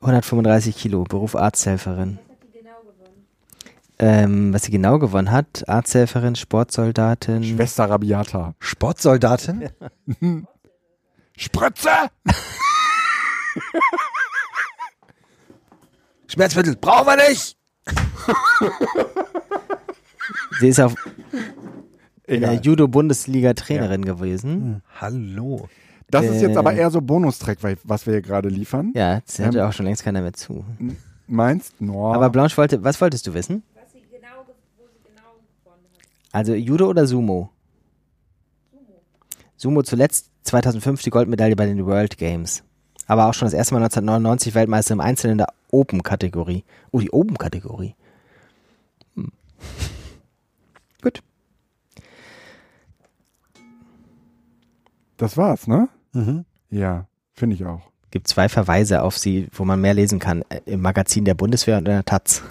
Speaker 3: 135 Kilo, Beruf Arzthelferin. Ähm, was sie genau gewonnen hat, Arzthelferin, Sportsoldatin.
Speaker 1: Schwester Rabiata.
Speaker 2: Sportsoldatin?
Speaker 1: [laughs] Spritze!
Speaker 2: Schmerzmittel brauchen wir nicht!
Speaker 3: sie ist auf in der
Speaker 1: Egal. Mhm.
Speaker 3: Judo-Bundesliga-Trainerin gewesen.
Speaker 2: Hallo.
Speaker 1: Das ist jetzt
Speaker 3: Äh.
Speaker 1: aber eher so Bonustrack, weil- was wir hier gerade liefern.
Speaker 3: Ja, jetzt hört
Speaker 1: Ähm.
Speaker 3: ja auch schon längst keiner mehr zu.
Speaker 1: Meinst? No.
Speaker 3: Aber Blanche wollte, was wolltest du wissen?
Speaker 5: Was sie genau, ge- wo sie genau gewonnen hat.
Speaker 3: Also Judo oder Sumo? Sumo zuletzt 2005 die Goldmedaille bei den World Games. Aber auch schon das erste Mal 1999 Weltmeister im Einzel in der Open-Kategorie. Oh, die Open-Kategorie. Hm. Gut.
Speaker 1: das war's, ne?
Speaker 4: Mhm.
Speaker 1: Ja, finde ich auch.
Speaker 3: Gibt zwei Verweise auf sie, wo man mehr lesen kann. Äh, Im Magazin der Bundeswehr und in der Taz.